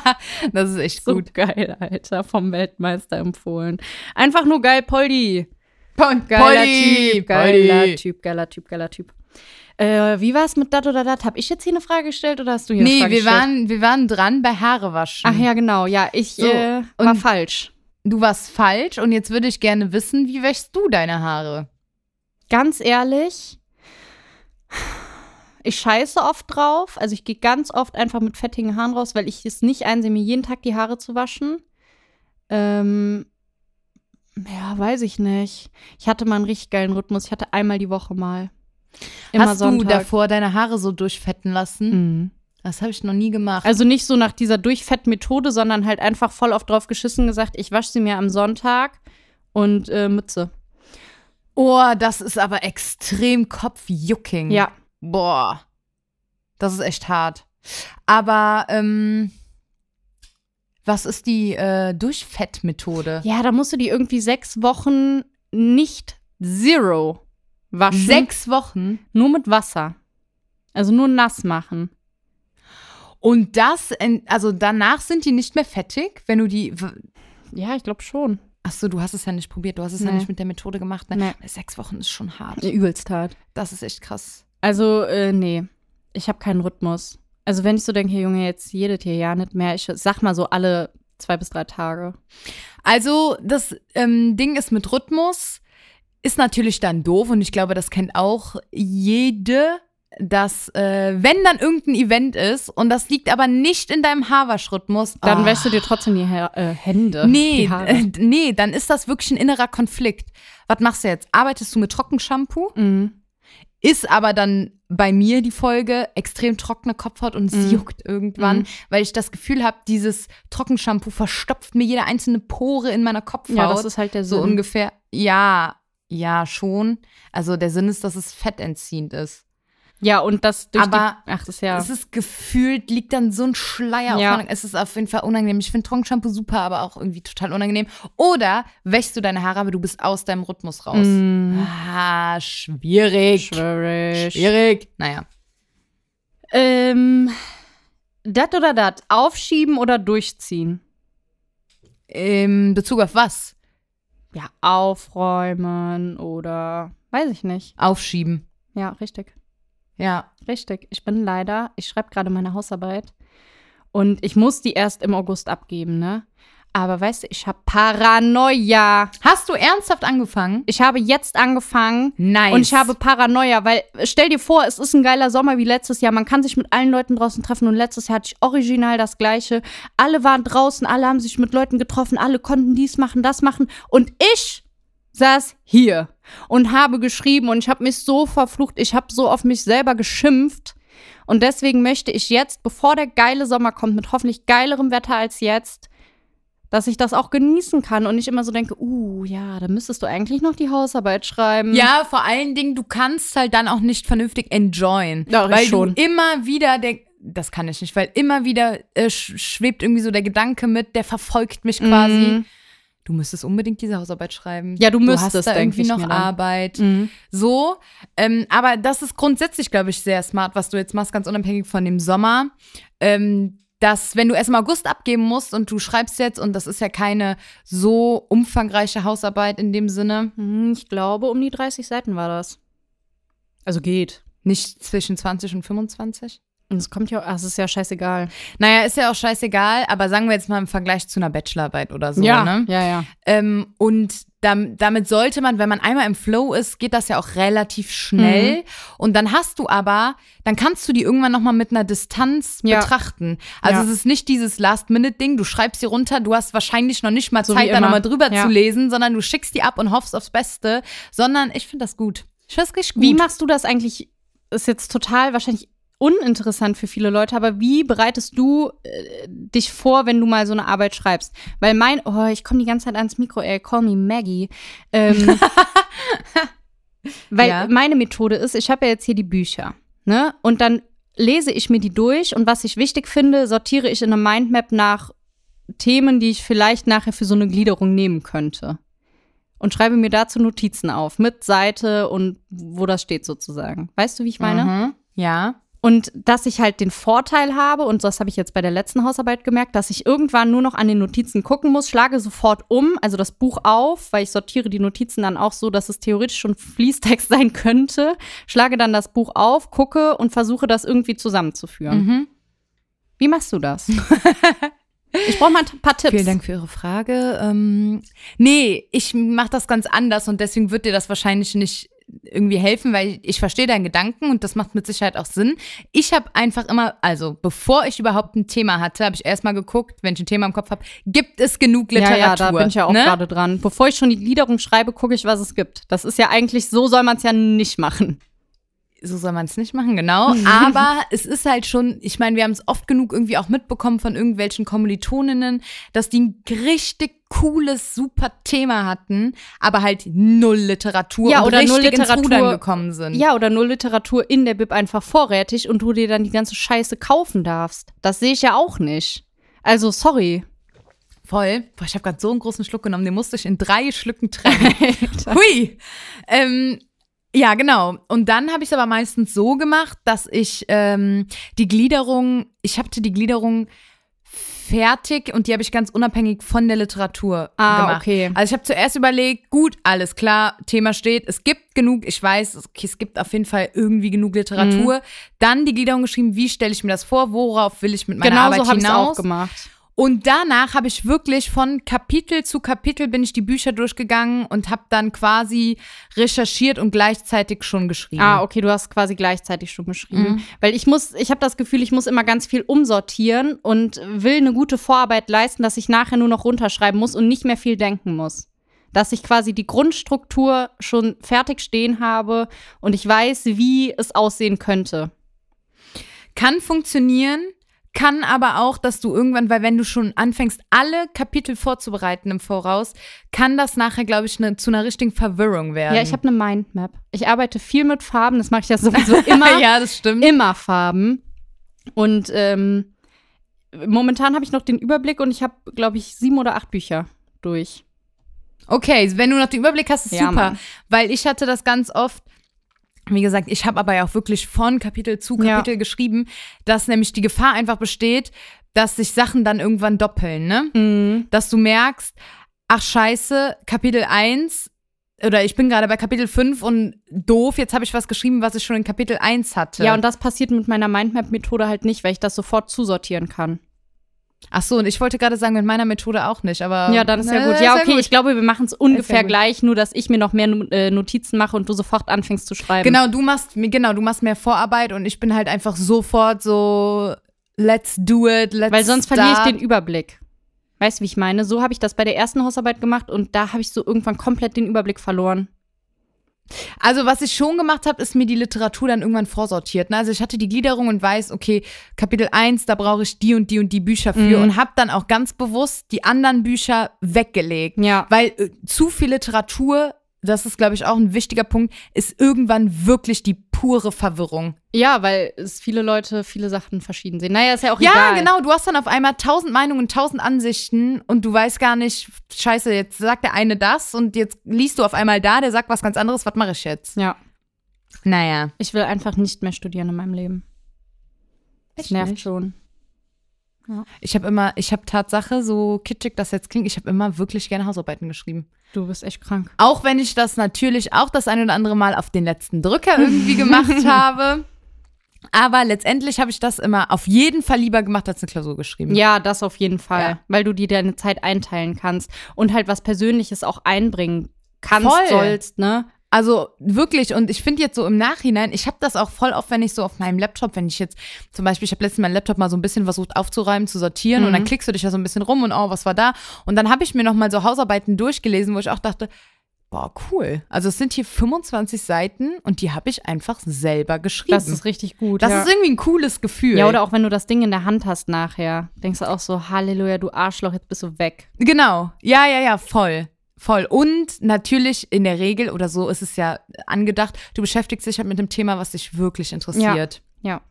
(laughs) Das ist echt So gut. geil, Alter. Vom Weltmeister empfohlen. Einfach nur geil, Poldi. Pol- Geiler Poldi, Typ, geiler Poldi. Typ, geiler Typ, geiler Typ. Äh, wie war es mit dat oder dat? Hab ich jetzt hier eine Frage gestellt oder hast du hier eine Nee, Frage wir gestellt? waren, wir waren dran bei Haare waschen. Ach ja, genau. Ja, ich So, äh, und- war falsch. Du warst falsch und jetzt würde ich gerne wissen, wie wäschst du deine Haare? ganz ehrlich, ich scheiße oft drauf. Also ich gehe ganz oft einfach mit fettigen Haaren raus, weil ich es nicht einsehe, mir jeden Tag die Haare zu waschen. Ähm, ja, weiß ich nicht. Ich hatte mal einen richtig geilen Rhythmus. Ich hatte einmal die Woche mal. Immer Hast du Sonntag. davor deine Haare so durchfetten lassen? Mhm. Das habe ich noch nie gemacht. Also nicht so nach dieser Durchfett-Methode, sondern halt einfach voll auf drauf geschissen gesagt, ich wasche sie mir am Sonntag und äh, Mütze. oh, das ist aber extrem kopfjucking. Ja. Boah, das ist echt hart. Aber ähm, was ist die äh, Durchfettmethode? Ja, da musst du die irgendwie sechs Wochen nicht zero waschen. Sechs Wochen. Nur mit Wasser. Also nur nass machen. Und das, en- also danach sind die nicht mehr fettig, wenn du die. w- Ja, ich glaube schon. Achso, du hast es ja nicht probiert, du hast es ja Nee. nicht mit der Methode gemacht. Ne? Sechs Wochen ist schon hart. Übelst hart. Das ist echt krass. Also, äh, nee. Ich habe keinen Rhythmus. Also, wenn ich so denke, Junge, jetzt jedes hier ja nicht mehr. Ich sag mal so alle zwei bis drei Tage. Also, das ähm, Ding ist mit Rhythmus, ist natürlich dann doof und ich glaube, das kennt auch jede, dass, äh, wenn dann irgendein Event ist und das liegt aber nicht in deinem Haarwaschrhythmus, Dann ah, wäschst du dir trotzdem die ha äh, Hände. Nee, die (laughs) Haare. äh, (laughs) nee, dann ist das wirklich ein innerer Konflikt. Was machst du jetzt? Arbeitest du mit Trockenshampoo? Mhm. Ist aber dann bei mir die Folge extrem trockene Kopfhaut und es Mhm. juckt irgendwann, Mhm. weil ich das Gefühl habe, dieses Trockenshampoo verstopft mir jede einzelne Pore in meiner Kopfhaut. Ja, das ist halt der So Sinn. ungefähr. Ja, ja, schon. Also der Sinn ist, dass es fettentziehend ist. ja, und das durch Aber die. Ach, das ist ja. Es ist gefühlt, liegt dann so ein Schleier Ja. auf. meiner- Es ist auf jeden Fall unangenehm. Ich finde Trockenshampoo super, aber auch irgendwie total unangenehm. Oder wäschst du deine Haare, aber du bist aus deinem Rhythmus raus. Mhm. Ah, schwierig. Schwierig. Schwierig. Naja. Ähm, dat oder dat? Aufschieben oder durchziehen? In Bezug auf was? Ja, aufräumen oder weiß ich nicht. Aufschieben. Ja, richtig. Ja. Richtig. Ich bin leider, ich schreibe gerade meine Hausarbeit und ich muss die erst im August abgeben, ne? Aber weißt du, ich habe Paranoia. Hast du ernsthaft angefangen? Ich habe jetzt angefangen Nice. und ich habe Paranoia, weil stell dir vor, es ist ein geiler Sommer wie letztes Jahr. Man kann sich mit allen Leuten draußen treffen und letztes Jahr hatte ich original das Gleiche. Alle waren draußen, alle haben sich mit Leuten getroffen, alle konnten dies machen, das machen und ich saß hier und habe geschrieben und ich habe mich so verflucht, ich habe so auf mich selber geschimpft. Und deswegen möchte ich jetzt, bevor der geile Sommer kommt, mit hoffentlich geilerem Wetter als jetzt, dass ich das auch genießen kann und nicht immer so denke, uh, ja, da müsstest du eigentlich noch die Hausarbeit schreiben. Ja, vor allen Dingen, du kannst halt dann auch nicht vernünftig enjoyen. Ja, ich weil schon. du immer wieder denkst, das kann ich nicht, weil immer wieder äh, sch- schwebt irgendwie so der Gedanke mit, der verfolgt mich quasi. Mhm. Du müsstest unbedingt diese Hausarbeit schreiben. Ja, du Du hast müsstest, da denk irgendwie ich noch mir dann. Arbeit. Mhm. So, ähm, aber das ist grundsätzlich, glaube ich, sehr smart, was du jetzt machst, ganz unabhängig von dem Sommer. Ähm, dass, wenn du erst im August abgeben musst und du schreibst jetzt, und das ist ja keine so umfangreiche Hausarbeit in dem Sinne, Hm, Ich glaube, um die 30 Seiten war das. Also geht. nicht zwischen 20 und 25. Und es kommt ja, ach, es ist ja scheißegal. Naja, ist ja auch scheißegal, aber sagen wir jetzt mal im Vergleich zu einer Bachelorarbeit oder so, ne? ja, ja. Ähm, und dam damit sollte man, wenn man einmal im Flow ist, geht das ja auch relativ schnell. Mhm. Und dann hast du aber, dann kannst du die irgendwann nochmal mit einer Distanz Ja. betrachten. Also Ja. es ist nicht dieses Last-Minute-Ding, du schreibst sie runter, du hast wahrscheinlich noch nicht mal So wie Zeit, da immer. nochmal drüber Ja. zu lesen, sondern du schickst die ab und hoffst aufs Beste. Sondern ich finde das gut. Ich finde das richtig gut. Wie machst du das eigentlich? Ist jetzt total wahrscheinlich uninteressant für viele Leute, aber wie bereitest du äh, dich vor, wenn du mal so eine Arbeit schreibst? Weil mein, oh, ich komme die ganze Zeit ans Mikro, ey, call me Maggie. Ähm, weil Ja. meine Methode ist, ich habe ja jetzt hier die Bücher, ne? Und dann lese ich mir die durch und was ich wichtig finde, sortiere ich in einer Mindmap nach Themen, die ich vielleicht nachher für so eine Gliederung nehmen könnte. Und schreibe mir dazu Notizen auf, mit Seite und wo das steht sozusagen. Weißt du, wie ich meine? Mhm. Ja. Und dass ich halt den Vorteil habe, und das habe ich jetzt bei der letzten Hausarbeit gemerkt, dass ich irgendwann nur noch an den Notizen gucken muss, schlage sofort um, also das Buch auf, weil ich sortiere die Notizen dann auch so, dass es theoretisch schon Fließtext (laughs) sein könnte, schlage dann das Buch auf, gucke und versuche das irgendwie zusammenzuführen. Mhm. Wie machst du das? ich brauche mal ein paar Tipps. Vielen Dank für Ihre Frage. Ähm, nee, ich mache das ganz anders und deswegen wird dir das wahrscheinlich nicht irgendwie helfen, weil ich verstehe deinen Gedanken und das macht mit Sicherheit auch Sinn. Ich habe einfach immer, also bevor ich überhaupt ein Thema hatte, habe ich erstmal geguckt, wenn ich ein Thema im Kopf habe, gibt es genug Ja, Literatur? ja, da bin ich ja auch ne? gerade dran. Bevor ich schon die Gliederung schreibe, gucke ich, was es gibt. Das ist ja eigentlich, so soll man es ja nicht machen. so soll man es nicht machen, (laughs) genau. Aber es ist halt schon, ich meine, wir haben es oft genug irgendwie auch mitbekommen von irgendwelchen Kommilitoninnen, dass die ein richtig cooles, super Thema hatten, aber halt null Literatur Ja, und oder richtig null ins Literatur. Rudern gekommen sind. Ja, oder nur Literatur in der Bib einfach vorrätig und du dir dann die ganze Scheiße kaufen darfst. Das sehe ich ja auch nicht. Also, sorry. Voll. Boah, ich habe gerade so einen großen Schluck genommen, den musste ich in drei (laughs) Schlücken trennen. Hui! Ähm, ja, genau. Und dann habe ich es aber meistens so gemacht, dass ich ähm, die Gliederung, ich hatte die Gliederung fertig und die habe ich ganz unabhängig von der Literatur Ah, gemacht. okay. Also ich habe zuerst überlegt, gut, alles klar, Thema steht, es gibt genug, ich weiß, es- okay, es gibt auf jeden Fall irgendwie genug Literatur. Mhm. Dann die Gliederung geschrieben, wie stelle ich mir das vor, worauf will ich mit meiner Genau Arbeit so habe ich es auch hinaus? gemacht. Und danach habe ich wirklich von Kapitel zu Kapitel bin ich die Bücher durchgegangen und habe dann quasi recherchiert und gleichzeitig schon geschrieben. Ah, okay, du hast quasi gleichzeitig schon geschrieben. Mhm. Weil ich muss, ich habe das Gefühl, ich muss immer ganz viel umsortieren und will eine gute Vorarbeit leisten, dass ich nachher nur noch runterschreiben muss und nicht mehr viel denken muss. Dass ich quasi die Grundstruktur schon fertig stehen habe und ich weiß, wie es aussehen könnte. Kann funktionieren, kann aber auch, dass du irgendwann, weil wenn du schon anfängst, alle Kapitel vorzubereiten im Voraus, kann das nachher, glaube ich, ne, zu einer richtigen Verwirrung werden. Ja, ich habe eine Mindmap. Ich arbeite viel mit Farben, das mache ich ja (laughs) (laughs) sowieso immer. ja, das stimmt. immer Farben. Und ähm, momentan habe ich noch den Überblick und ich habe, glaube ich, sieben oder acht Bücher durch. Okay, wenn du noch den Überblick hast, ist Ja, super. Mann. Weil ich hatte das ganz oft, wie gesagt, ich habe aber ja auch wirklich von Kapitel zu Ja. Kapitel geschrieben, dass nämlich die Gefahr einfach besteht, dass sich Sachen dann irgendwann Mhm. doppeln, ne? Dass du merkst, ach scheiße, Kapitel 1 oder ich bin gerade bei Kapitel 5 und doof, jetzt habe ich was geschrieben, was ich schon in Kapitel 1 hatte. Ja, und das passiert mit meiner Mindmap-Methode halt nicht, weil ich das sofort zusortieren kann. Ach so, und ich wollte gerade sagen, mit meiner Methode auch nicht, aber ne, ja, dann ist ja Ähm, Na, gut. Ja, okay, ich glaube, wir machen es ungefähr gut. gleich, nur dass ich mir noch mehr No- äh, Notizen mache und du sofort anfängst zu schreiben. Genau, du machst genau, du machst mehr Vorarbeit und ich bin halt einfach sofort so let's do it, let's Weil sonst verliere ich start. den Überblick. Weißt du, wie ich meine? So habe ich das bei der ersten Hausarbeit gemacht und da habe ich so irgendwann komplett den Überblick verloren. Also, was ich schon gemacht habe, ist mir die Literatur dann irgendwann vorsortiert. Ne? Also, ich hatte die Gliederung und weiß, okay, Kapitel 1, da brauche ich die und die und die Bücher für Mhm. und habe dann auch ganz bewusst die anderen Bücher weggelegt. Ja. Weil äh, zu viel Literatur, das ist, glaube ich, auch ein wichtiger Punkt, ist irgendwann wirklich die pure Verwirrung. Ja, weil es viele Leute viele Sachen verschieden sehen. Naja, ist ja auch Ja, egal. genau. Du hast dann auf einmal tausend Meinungen, tausend Ansichten und du weißt gar nicht, scheiße, jetzt sagt der eine das und jetzt liest du auf einmal da, der sagt was ganz anderes, was mache ich jetzt? Ja. Naja. Ich will einfach nicht mehr studieren in meinem Leben. Das Echt nervt nicht? schon. Ich habe immer, ich habe Tatsache, so kitschig das jetzt klingt, ich habe immer wirklich gerne Hausarbeiten geschrieben. Du bist echt krank. Auch wenn ich das natürlich auch das ein oder andere Mal auf den letzten Drücker irgendwie gemacht habe. Aber letztendlich habe ich das immer auf jeden Fall lieber gemacht als eine Klausur geschrieben. Mhm. Ja, das auf jeden Fall. Ja. Weil du dir deine Zeit einteilen kannst und halt was Persönliches auch einbringen kannst, Voll. sollst, ne? Also wirklich, und ich finde jetzt so im Nachhinein, ich habe das auch voll oft, wenn ich so auf meinem Laptop, wenn ich jetzt zum Beispiel, ich habe letztens meinen Laptop mal so ein bisschen versucht aufzuräumen, zu sortieren Mhm. und dann klickst du dich da so ein bisschen rum und oh, was war da? Und dann habe ich mir nochmal so Hausarbeiten durchgelesen, wo ich auch dachte, boah, cool. Also es sind hier 25 Seiten und die habe ich einfach selber geschrieben. Das ist richtig gut. Das ja. ist irgendwie ein cooles Gefühl. ja, oder auch wenn du das Ding in der Hand hast nachher, denkst du auch so, Halleluja, du Arschloch, jetzt bist du weg. Genau, ja, ja, ja, voll. Voll. Und natürlich in der Regel, oder so ist es ja angedacht, du beschäftigst dich halt mit einem Thema, was dich wirklich interessiert. Ja.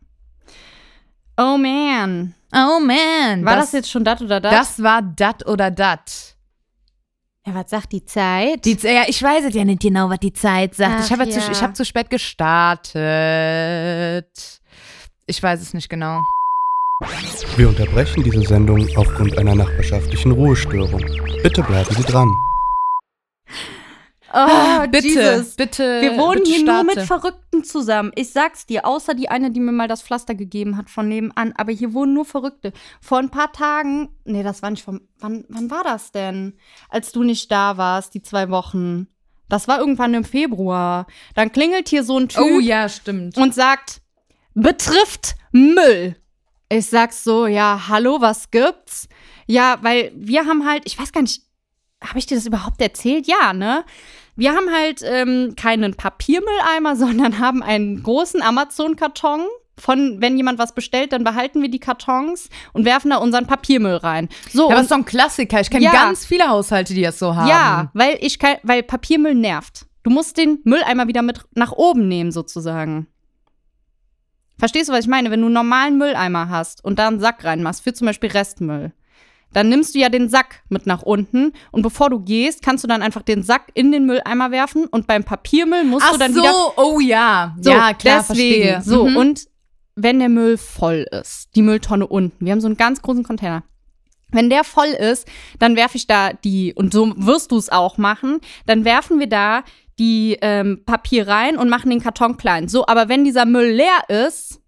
Oh man. Oh man. War das, jetzt schon dat oder dat? Das war dat oder dat. Ja, was sagt die Zeit? Die, ja, ich weiß es ja nicht genau, was die Zeit sagt. Ach, ich habe ja. ja. zu, ich hab zu spät gestartet. Ich weiß es nicht genau. Wir unterbrechen diese Sendung aufgrund einer nachbarschaftlichen Ruhestörung. Bitte bleiben Sie dran. oh, Ah, bitte, Jesus. bitte. Wir wohnen bitte hier nur starte. mit Verrückten zusammen. Ich sag's dir, außer die eine, die mir mal das Pflaster gegeben hat von nebenan. Aber hier wohnen nur Verrückte. Vor ein paar Tagen, nee, das war nicht vom, wann, wann war das denn? Als du nicht da warst, die zwei Wochen. Das war irgendwann im Februar. Dann klingelt hier so ein Typ Oh ja, stimmt. und sagt, betrifft Müll. Ich sag so, ja, hallo, was gibt's? Ja, weil wir haben halt, ich weiß gar nicht, habe ich dir das überhaupt erzählt? Ja, ne? Wir haben halt ähm, keinen Papiermülleimer, (laughs) sondern haben einen großen Amazon-Karton. Von, wenn jemand was bestellt, dann behalten wir die Kartons und werfen da unseren Papiermüll rein. So, Ja, aber und- das ist doch ein Klassiker. Ich kenne Ja. ganz viele Haushalte, die das so haben. ja, weil ich kein, weil Papiermüll nervt. Du musst den Mülleimer wieder mit nach oben nehmen, sozusagen. Verstehst du, was ich meine? Wenn du einen normalen Mülleimer hast und da einen Sack reinmachst, für zum Beispiel Restmüll, dann nimmst du ja den Sack mit nach unten und bevor du gehst, kannst du dann einfach den Sack in den Mülleimer werfen und beim Papiermüll musst Ach du dann so, wieder. oh ja. ja, klar, deswegen. verstehe. So, Mhm. und wenn der Müll voll ist, die Mülltonne unten, wir haben so einen ganz großen Container. Wenn der voll ist, dann werfe ich da die, und so wirst du es auch machen, dann werfen wir da die ähm, Papier rein und machen den Karton klein. So, aber wenn dieser Müll leer ist,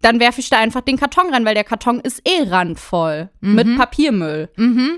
dann werfe ich da einfach den Karton rein, weil der Karton ist eh randvoll mit Papiermüll.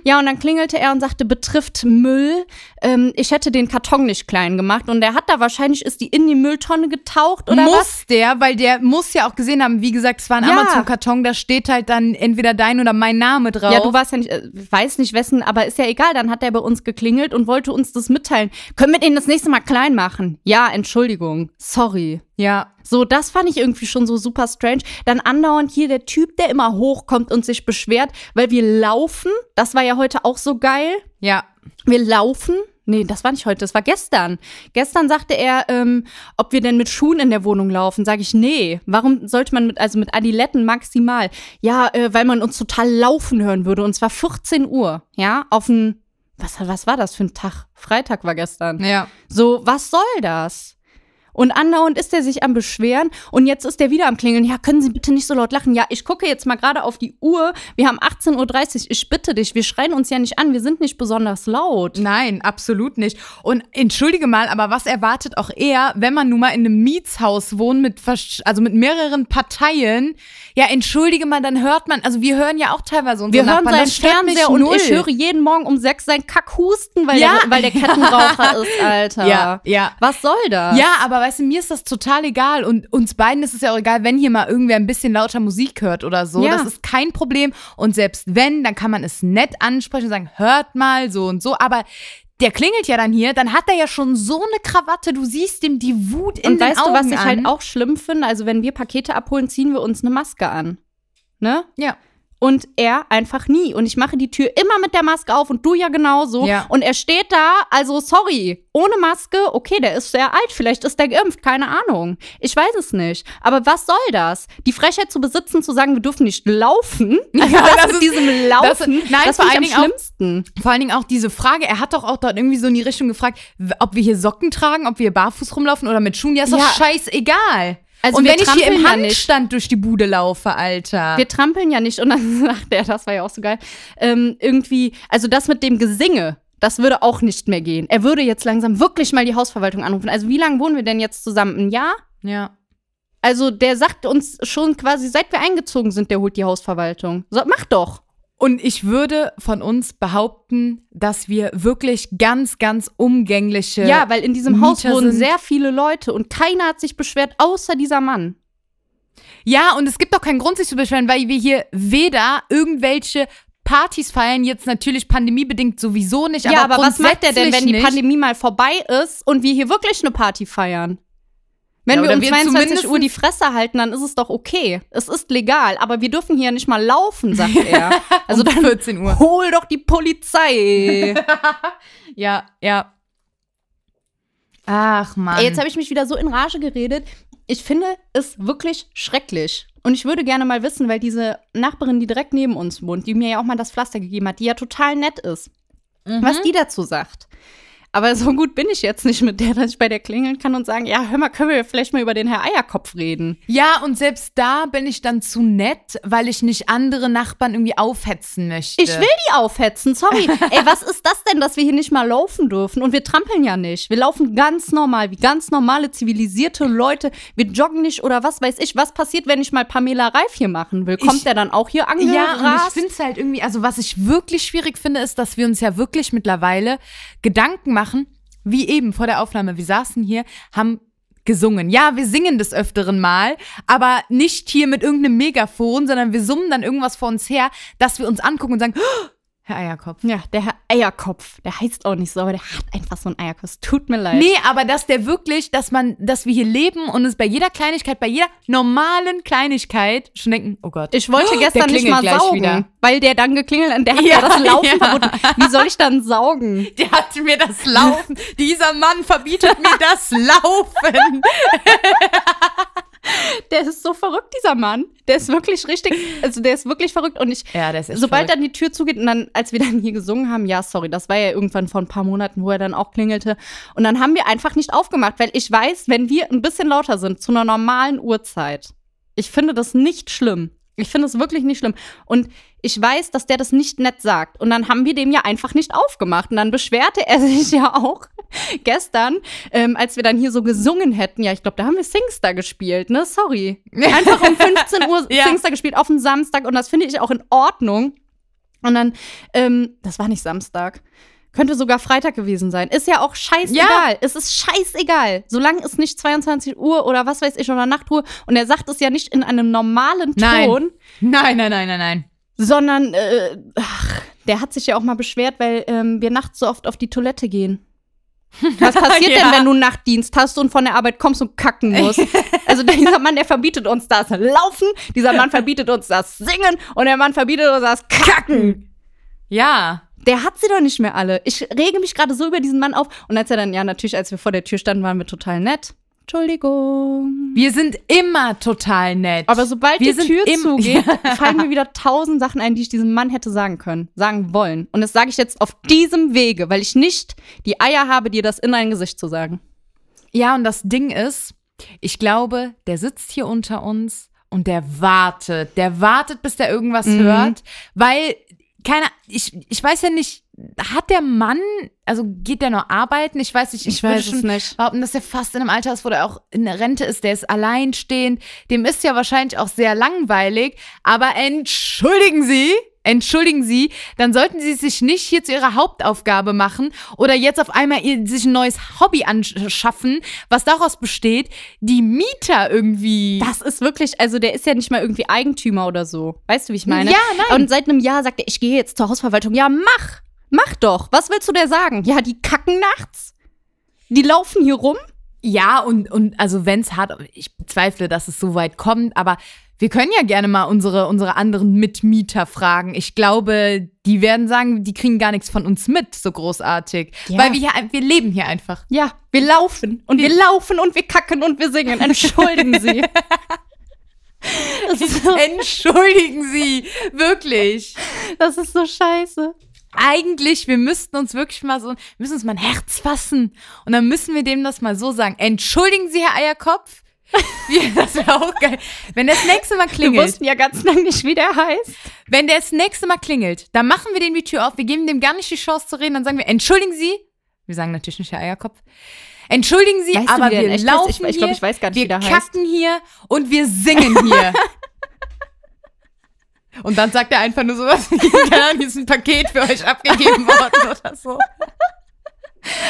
Ja, und dann klingelte er und sagte, betrifft Müll. Ähm, ich hätte den Karton nicht klein gemacht. Und er hat da wahrscheinlich, ist die in die Mülltonne getaucht oder muss was? der, weil der muss ja auch gesehen haben, wie gesagt, es war ein Ja. Amazon-Karton, da steht halt dann entweder dein oder mein Name drauf. Ja, du warst ja nicht, äh, weiß nicht wessen, aber ist ja egal. Dann hat er bei uns geklingelt und wollte uns das mitteilen. Können wir den das nächste Mal klein machen? Ja, Entschuldigung. Sorry. ja. So, das fand ich irgendwie schon so super strange. Dann andauernd hier der Typ, der immer hochkommt und sich beschwert, weil wir laufen. Das war ja heute auch so geil. ja. Wir laufen. Nee, das war nicht heute, das war gestern. Gestern sagte er, ähm, ob wir denn mit Schuhen in der Wohnung laufen. Sage ich, nee. Warum sollte man mit, also mit Adiletten maximal? Ja, äh, weil man uns total laufen hören würde. Und zwar 14 Uhr, ja, auf ein, was, was war das für ein Tag? Freitag war gestern. Ja. So, was soll das? Und andauernd ist er sich am Beschweren und jetzt ist er wieder am Klingeln. Ja, können Sie bitte nicht so laut lachen. Ja, ich gucke jetzt mal gerade auf die Uhr. Wir haben 18.30 Uhr. Ich bitte dich, wir schreien uns ja nicht an. Wir sind nicht besonders laut. Nein, absolut nicht. Und entschuldige mal, aber was erwartet auch er, wenn man nun mal in einem Mietshaus wohnt mit versch- also mit mehreren Parteien? Ja, entschuldige mal, dann hört man, also wir hören ja auch teilweise unsere Wir hören Nachbarn, seinen das stört mich Fernseher und null. ich höre jeden Morgen um sechs seinen Kack husten, weil, Ja. der, weil der (laughs) Kettenraucher ist, Alter. ja, ja. Was soll das? Ja, aber weißt du, mir ist das total egal und uns beiden ist es ja auch egal, wenn hier mal irgendwer ein bisschen lauter Musik hört oder so. Ja. Das ist kein Problem und selbst wenn, dann kann man es nett ansprechen und sagen, hört mal so und so, aber der klingelt ja dann hier, dann hat er ja schon so eine Krawatte, du siehst ihm die Wut in und den weißt Augen du, was ich an. halt auch schlimm finde? Also, wenn wir Pakete abholen, ziehen wir uns eine Maske an. Ne? Ja. Und er einfach nie. Und ich mache die Tür immer mit der Maske auf und du ja genauso. Ja. Und er steht da, also sorry, ohne Maske, okay, der ist sehr alt, vielleicht ist der geimpft, keine Ahnung. Ich weiß es nicht. Aber was soll das? Die Frechheit zu besitzen, zu sagen, wir dürfen nicht (laughs) laufen. Also Ja, das, das mit ist- diesem Laufen, das- nein, das vor finde allen ich Dingen am auch- schlimmsten. Vor allen Dingen auch diese Frage, er hat doch auch dort irgendwie so in die Richtung gefragt, w- ob wir hier Socken tragen, ob wir hier barfuß rumlaufen oder mit Schuhen, ja ist doch Ja. scheißegal. Also und wir wenn ich hier trampeln im ja nicht. Handstand durch die Bude laufe, Alter. Wir trampeln ja nicht. Und dann (laughs) sagt er, das war ja auch so geil, ähm, irgendwie, also das mit dem Gesinge, das würde auch nicht mehr gehen. Er würde jetzt langsam wirklich mal die Hausverwaltung anrufen. Also wie lange wohnen wir denn jetzt zusammen? Ein Jahr? ja. Also der sagt uns schon quasi, seit wir eingezogen sind, der holt die Hausverwaltung. So, mach doch. Und ich würde von uns behaupten, dass wir wirklich ganz, ganz umgängliche. Ja, weil in diesem Haus Mieter wohnen sind- sehr viele Leute und keiner hat sich beschwert, außer dieser Mann. ja, und es gibt doch keinen Grund, sich zu beschweren, weil wir hier weder irgendwelche Partys feiern, jetzt natürlich pandemiebedingt sowieso nicht. ja, aber was macht der denn, wenn grundsätzlich die nicht? Pandemie mal vorbei ist und wir hier wirklich eine Party feiern? Wenn Ja, wir oder um wir 22 Uhr zumindest- die Fresse halten, dann ist es doch okay. Es ist legal, aber wir dürfen hier nicht mal laufen, (laughs) sagt er. (laughs) Also um dann 14 Uhr. hol doch die (laughs) Polizei. Ja, ja. Ach man. Ey, jetzt habe ich mich wieder so in Rage geredet. Ich finde es wirklich schrecklich. Und ich würde gerne mal wissen, weil diese Nachbarin, die direkt neben uns wohnt, die mir ja auch mal das Pflaster gegeben hat, die ja total nett ist, was die dazu sagt. Aber so gut bin ich jetzt nicht mit der, dass ich bei der klingeln kann und sagen, ja, hör mal, können wir vielleicht mal über den Herr Eierkopf reden? ja, und selbst da bin ich dann zu nett, weil ich nicht andere Nachbarn irgendwie aufhetzen möchte. Ich will die aufhetzen, (laughs) sorry. Ey, was ist das denn, dass wir hier nicht mal laufen dürfen? Und wir trampeln ja nicht. Wir laufen ganz normal, wie ganz normale, zivilisierte Leute. Wir joggen nicht oder was weiß ich. Was passiert, wenn ich mal Pamela Reif hier machen will? Kommt Ich- der dann auch hier Ja, angerast? und ich finde es halt irgendwie, also was ich wirklich schwierig finde, ist, dass wir uns ja wirklich mittlerweile Gedanken machen, wie eben vor der Aufnahme, wir saßen hier, haben gesungen. Ja, wir singen des öfteren mal, aber nicht hier mit irgendeinem Megafon, sondern wir summen dann irgendwas vor uns her, dass wir uns angucken und sagen, "Oh, Herr Eierkopf. ja, der Herr Eierkopf. Der heißt auch nicht so, aber der hat einfach so einen Eierkopf. Es Tut mir leid. Nee, aber dass der wirklich, dass man, dass wir hier leben und es bei jeder Kleinigkeit, bei jeder normalen Kleinigkeit schon denken, oh Gott. Ich wollte Oh, gestern (gasps) der nicht klingelt mal gleich saugen, wieder. weil der dann geklingelt hat und der hat Ja, ja, das Laufen ja. verboten. Wie soll ich dann saugen? Der hat mir das (laughs) Laufen. Dieser Mann verbietet mir das Laufen. Der ist so verrückt, dieser Mann. Der ist wirklich richtig, also der ist wirklich verrückt und ich, Ja, der ist echt sobald verrückt. dann die Tür zugeht und dann, als wir dann hier gesungen haben, ja, sorry, das war ja irgendwann vor ein paar Monaten, wo er dann auch klingelte und dann haben wir einfach nicht aufgemacht, weil ich weiß, wenn wir ein bisschen lauter sind, zu einer normalen Uhrzeit, ich finde das nicht schlimm. Ich finde es wirklich nicht schlimm. Und ich weiß, dass der das nicht nett sagt. Und dann haben wir dem ja einfach nicht aufgemacht. Und dann beschwerte er (laughs) sich ja auch gestern, ähm, als wir dann hier so gesungen hätten. Ja, ich glaube, da haben wir Singstar gespielt, ne? Sorry. Einfach um 15 Uhr Ja. Singstar gespielt auf dem Samstag. Und das finde ich auch in Ordnung. Und dann, ähm, das war nicht Samstag. Könnte sogar Freitag gewesen sein. Ist ja auch scheißegal. Es ist scheißegal. Solange es nicht 22 Uhr oder was weiß ich oder Nachtruhe und er sagt es ja nicht in einem normalen Nein. Ton, Nein, nein, nein, nein, nein. sondern äh, ach, der hat sich ja auch mal beschwert, weil ähm, wir nachts so oft auf die Toilette (laughs) gehen. Was passiert Ja. denn, wenn du einen Nachtdienst hast und von der Arbeit kommst und kacken (laughs) musst? Also dieser Mann, der verbietet uns das Laufen, dieser Mann verbietet uns das Singen und der Mann verbietet uns das Kacken. Ja. Der hat sie doch nicht mehr alle. Ich rege mich gerade so über diesen Mann auf. Und als er dann, ja, natürlich, als wir vor der Tür standen, waren wir total nett. Entschuldigung. Wir sind immer total nett. Aber sobald wir die Tür im- (laughs) zugeht, fallen mir wieder tausend Sachen ein, die ich diesem Mann hätte sagen können, sagen wollen. Und das sage ich jetzt auf diesem Wege, weil ich nicht die Eier habe, dir das in dein Gesicht zu sagen. Ja, und das Ding ist, ich glaube, der sitzt hier unter uns und der wartet. Der wartet, bis der irgendwas Mhm. hört, weil keiner, ich, ich weiß ja nicht, hat der Mann, also geht der noch arbeiten? Ich weiß nicht, ich, Ich würde weiß es schon nicht. behaupten, dass er fast in einem Alter ist, wo der auch in der Rente ist, der ist alleinstehend, dem ist ja wahrscheinlich auch sehr langweilig, aber entschuldigen Sie, entschuldigen Sie, dann sollten Sie sich nicht hier zu Ihrer Hauptaufgabe machen oder jetzt auf einmal ihr, sich ein neues Hobby anschaffen, was daraus besteht, die Mieter irgendwie. Das ist wirklich, also der ist ja nicht mal irgendwie Eigentümer oder so. Weißt du, wie ich meine? Ja, nein. Und seit einem Jahr sagt er, ich gehe jetzt zur Hausverwaltung. Ja, mach! Mach doch! Was willst du der sagen? Ja, die kacken nachts. Die laufen hier rum. Ja, und, und also wenn es hart, ich bezweifle, dass es so weit kommt, aber wir können ja gerne mal unsere, unsere anderen Mitmieter fragen. Ich glaube, die werden sagen, die kriegen gar nichts von uns mit, so großartig. Ja. Weil wir, hier, ein- wir leben hier einfach. Ja, wir laufen und wir laufen und wir kacken und wir singen. Entschuldigen (laughs) Sie. Das ist, so, Entschuldigen Sie, wirklich. das ist so scheiße. Eigentlich, wir müssten uns wirklich mal so, wir müssen uns mal ein Herz fassen. Und dann müssen wir dem das mal so sagen. Entschuldigen Sie, Herr Eierkopf. (laughs) Wir, das wäre auch geil. Wenn das nächste Mal Wir klingelt. wussten ja ganz lange nicht, wie der heißt. Wenn der das nächste Mal klingelt, dann machen wir dem die Tür auf. Wir geben dem gar nicht die Chance zu reden. Dann sagen wir, entschuldigen Sie. Wir sagen natürlich nicht Herr Eierkopf. Entschuldigen Sie, Weißt du, aber wie der in wir echt heißt? laufen Ich- ich glaub, hier, ich weiß gar nicht, wir wie der heißt. kacken hier und wir singen (laughs) hier. und dann sagt er einfach nur sowas (laughs) wie, ja, hier ist ein Paket für euch abgegeben worden (laughs) oder so.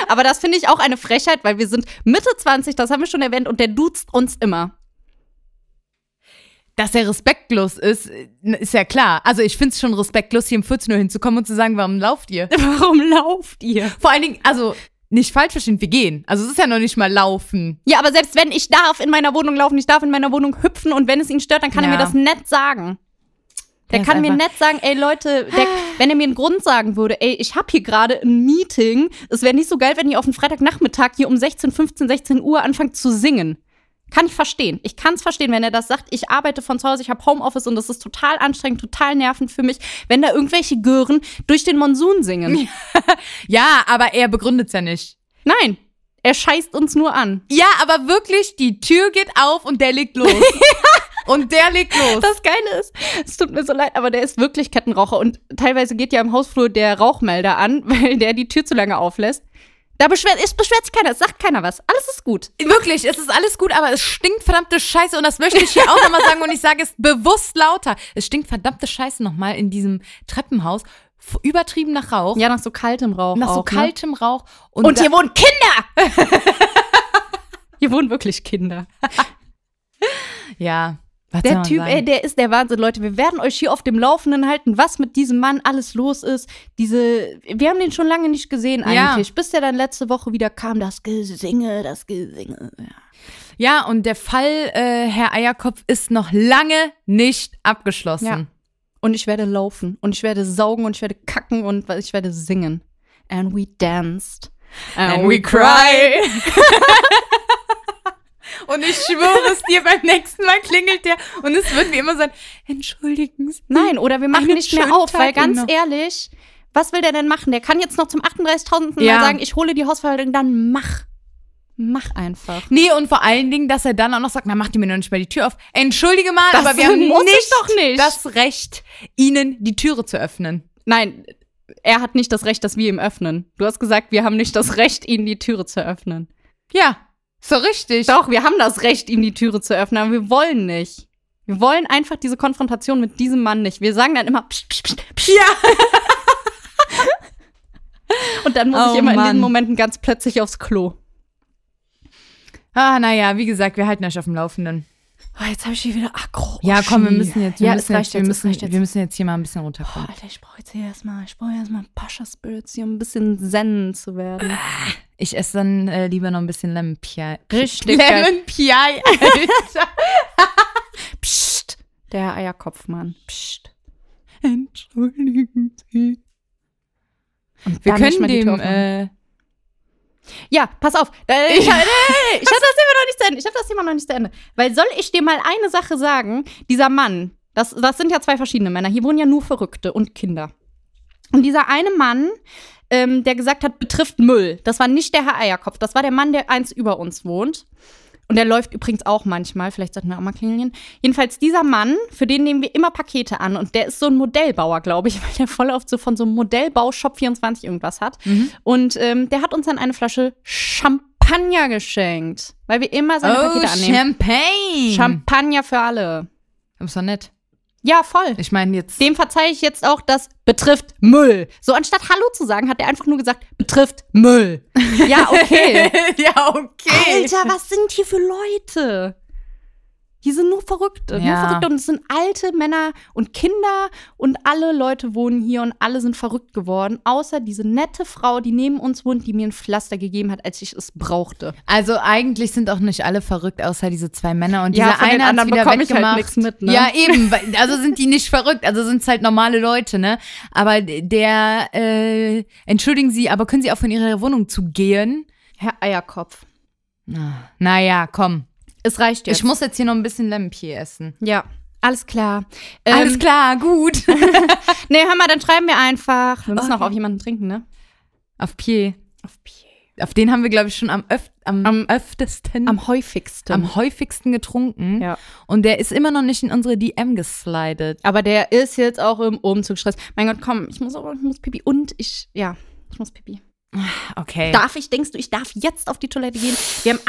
Aber das finde ich auch eine Frechheit, weil wir sind Mitte 20, das haben wir schon erwähnt, und der duzt uns (laughs) immer. Dass er respektlos ist, ist ja klar. Also ich finde es schon respektlos, hier im 14 Uhr hinzukommen und zu sagen, warum lauft ihr? (laughs) (laughs) Warum lauft ihr? Vor allen Dingen, also nicht falsch verstehen, wir gehen. Also es ist ja noch nicht mal laufen. Ja, aber selbst wenn ich darf in meiner Wohnung laufen, ich darf in meiner Wohnung hüpfen und wenn es ihn stört, dann kann Ja. er mir das nett sagen. Der, Der ist kann mir einfach- nett sagen, ey Leute, (gasps) der, wenn er mir einen Grund sagen würde, ey, ich habe hier gerade ein Meeting, es wäre nicht so geil, wenn ihr auf einen Freitagnachmittag hier um 16, 15, 16 Uhr anfangt zu singen. Kann ich verstehen. Ich kann es verstehen, wenn er das sagt, ich arbeite von zu Hause, ich habe Homeoffice und das ist total anstrengend, total nervend für mich, wenn da irgendwelche Gören durch den Monsun singen. Ja, aber er begründet's ja nicht. Nein, er scheißt uns nur an. Ja, aber wirklich, die Tür geht auf und der legt (laughs) los. und der legt (laughs) los. Das Geile ist, es tut mir so leid, aber der ist wirklich Kettenraucher und teilweise geht ja im Hausflur der Rauchmelder an, (laughs) weil der die Tür zu lange auflässt. Da beschwert, es beschwert sich keiner, es sagt keiner was. Alles ist gut. wirklich, es ist alles gut, aber es stinkt verdammte Scheiße. Und das möchte ich hier auch nochmal sagen und ich sage es bewusst lauter. Es stinkt verdammte Scheiße nochmal in diesem Treppenhaus. F- Übertrieben nach Rauch. Ja, nach so kaltem Rauch. nach so auch, Ne? kaltem Rauch. Und, Und da, hier wohnen Kinder! (laughs) hier wohnen wirklich Kinder. ja. Was soll Der man Typ, sagen? ey, der ist der Wahnsinn, Leute. Wir werden euch hier auf dem Laufenden halten, was mit diesem Mann alles los ist. Diese, wir haben den schon lange nicht gesehen Ja. eigentlich, bis der dann letzte Woche wieder kam. Das Gesinge, das Gesinge. Ja, und der Fall, äh, Herr Eierkopf, ist noch lange nicht abgeschlossen. Ja. Und ich werde laufen und ich werde saugen und ich werde kacken und ich werde singen. And we danced. And we cry. (laughs) und ich schwöre es dir, beim nächsten Mal klingelt der und es wird wie immer sein, entschuldigen Sie. Nein, oder wir machen Einen nicht mehr schönen auf, Tag weil ganz Ihnen noch. ehrlich, was will der denn machen? Der kann jetzt noch zum 38.000. Ja. Mal sagen, ich hole die Hausverwaltung, dann mach. Mach einfach. Nee, und vor allen Dingen, dass er dann auch noch sagt, na, macht ihr mir noch nicht mal die Tür auf. Entschuldige mal, Das aber wir haben muss ich nicht, doch nicht. das Recht, Ihnen die Türe zu öffnen. Nein, er hat nicht das Recht, dass wir ihm öffnen. Du hast gesagt, wir haben nicht das Recht, ihnen die Türe zu öffnen. Ja, so richtig. Doch, wir haben das Recht, ihm die Türe zu öffnen, aber wir wollen nicht. Wir wollen einfach diese Konfrontation mit diesem Mann nicht. Wir sagen dann immer, psst, psst, psst, psst. Ja. (laughs) Und dann muss Oh, ich immer in Mann. diesen Momenten ganz plötzlich aufs Klo. Ah, naja, wie gesagt, wir halten euch auf dem Laufenden. Oh, jetzt habe ich hier wieder aggro. Ja, komm, wir müssen jetzt, wir Oh, ja, müssen es jetzt, reicht wir jetzt, müssen, es reicht jetzt. wir müssen jetzt hier mal ein bisschen runterkommen. Boah, Alter, ich brauche jetzt hier erstmal, ich brauche erstmal ein Pascha Spirits, hier um ein bisschen zen zu werden. Ich esse dann äh, lieber noch ein bisschen Lemon Pie. Richtig geil. Pie, Alter. (laughs) Psst, der Eierkopfmann. Psst. Entschuldigen Sie. Und Wir dann nicht können mal die Tür dem, aufmachen. äh, Ja, pass auf. (laughs) Äh, Ich, hab- nee, ich habe das Thema noch nicht zu Ende. Ich habe das Thema noch nicht zu Ende. Weil soll ich dir mal eine Sache sagen? Dieser Mann, das, das sind ja zwei verschiedene Männer. Hier wohnen ja nur Verrückte und Kinder. Und dieser eine Mann äh, ähm, der gesagt hat, betrifft Müll. Das war nicht der Herr Eierkopf, das war der Mann, der eins über uns wohnt. Und der läuft übrigens auch manchmal, vielleicht sollten wir auch mal klingeln. Jedenfalls dieser Mann, für den nehmen wir immer Pakete an und der ist so ein Modellbauer, glaube ich, (laughs) weil der voll oft so von so einem Modellbau Shop 24 irgendwas hat. Und ähm, der hat uns dann eine Flasche Champagner geschenkt, weil wir immer Oh, seine Pakete annehmen. Champagne. Champagner für alle. das war nett. Ja, voll. Ich meine jetzt. (laughs) Dem verzeihe ich jetzt auch, das betrifft Müll. So anstatt Hallo zu sagen, hat er einfach nur gesagt, betrifft Müll. Ja, (laughs) (laughs) okay. ja, okay. Alter, was sind hier für Leute? Die sind nur Verrückte. Nur Ja. Verrückte. Und es sind alte Männer und Kinder und alle Leute wohnen hier und alle sind verrückt geworden. Außer diese nette Frau, die neben uns wohnt, die mir ein Pflaster gegeben hat, als ich es brauchte. Also eigentlich sind auch nicht alle verrückt, außer diese zwei Männer. Und Ja, dieser von den eine hat's anderen wieder bekomm ich halt weggemacht. nix mit, ne? Ja, eben. weil- Also sind die nicht verrückt. Also sind es halt normale Leute, ne? Aber der, äh, entschuldigen Sie, aber können Sie auch von Ihrer Wohnung zu gehen? Herr Eierkopf. Ah, Naja, komm. Es reicht jetzt. Ich muss jetzt hier noch ein bisschen Lempier essen. ja, alles klar. Alles Ähm, klar, gut. Nee, hör mal, dann schreiben wir einfach. Wir müssen Okay. noch auf jemanden trinken, ne? Auf Pied. Auf Pied. Auf den haben wir, glaube ich, schon am, öf am, Am- öftesten, Am häufigsten. am häufigsten getrunken. Ja. Und der ist immer noch nicht in unsere DM geslidet. aber der ist jetzt auch im Umzugsstress. Mein Gott, komm, ich muss, aber- ich muss pipi. Und ich, ja, ich muss pipi. Okay. Darf ich, denkst du, ich darf jetzt auf die Toilette gehen? Wir haben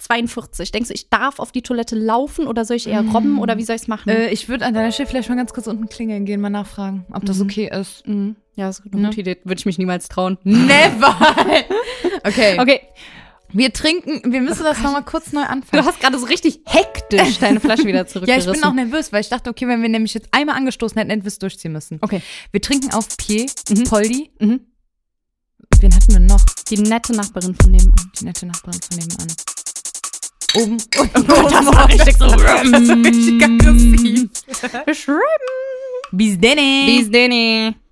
18.42 Uhr. Denkst du, ich darf auf die Toilette laufen oder soll ich eher robben oder wie soll ich es machen? Äh, ich würde an deiner Stelle vielleicht mal ganz kurz unten klingeln gehen, mal nachfragen, ob das okay ist. Mhm. Ja, das ist eine Ne? gute Idee. Würde ich mich niemals trauen. (laughs) Never! okay. Okay, Oh Wir trinken, wir müssen das nochmal kurz neu du anfangen. hast gerade so richtig (laughs) hektisch deine Flasche wieder Ja, zurückgerissen. ich bin auch nervös, weil ich dachte, okay, wenn wir nämlich jetzt einmal angestoßen hätten, hätten wir es durchziehen müssen. Okay. Wir trinken auf Pied, Poldi. Mhm. Wen hatten wir noch? Die nette Nachbarin von (laughs) nebenan. Die nette Nachbarin von nebenan. Oben. Oh, das (laughs) war richtig so- ähm. Mm. richtig aggressiv. Beschreiben. Bis denne. Bis Danny.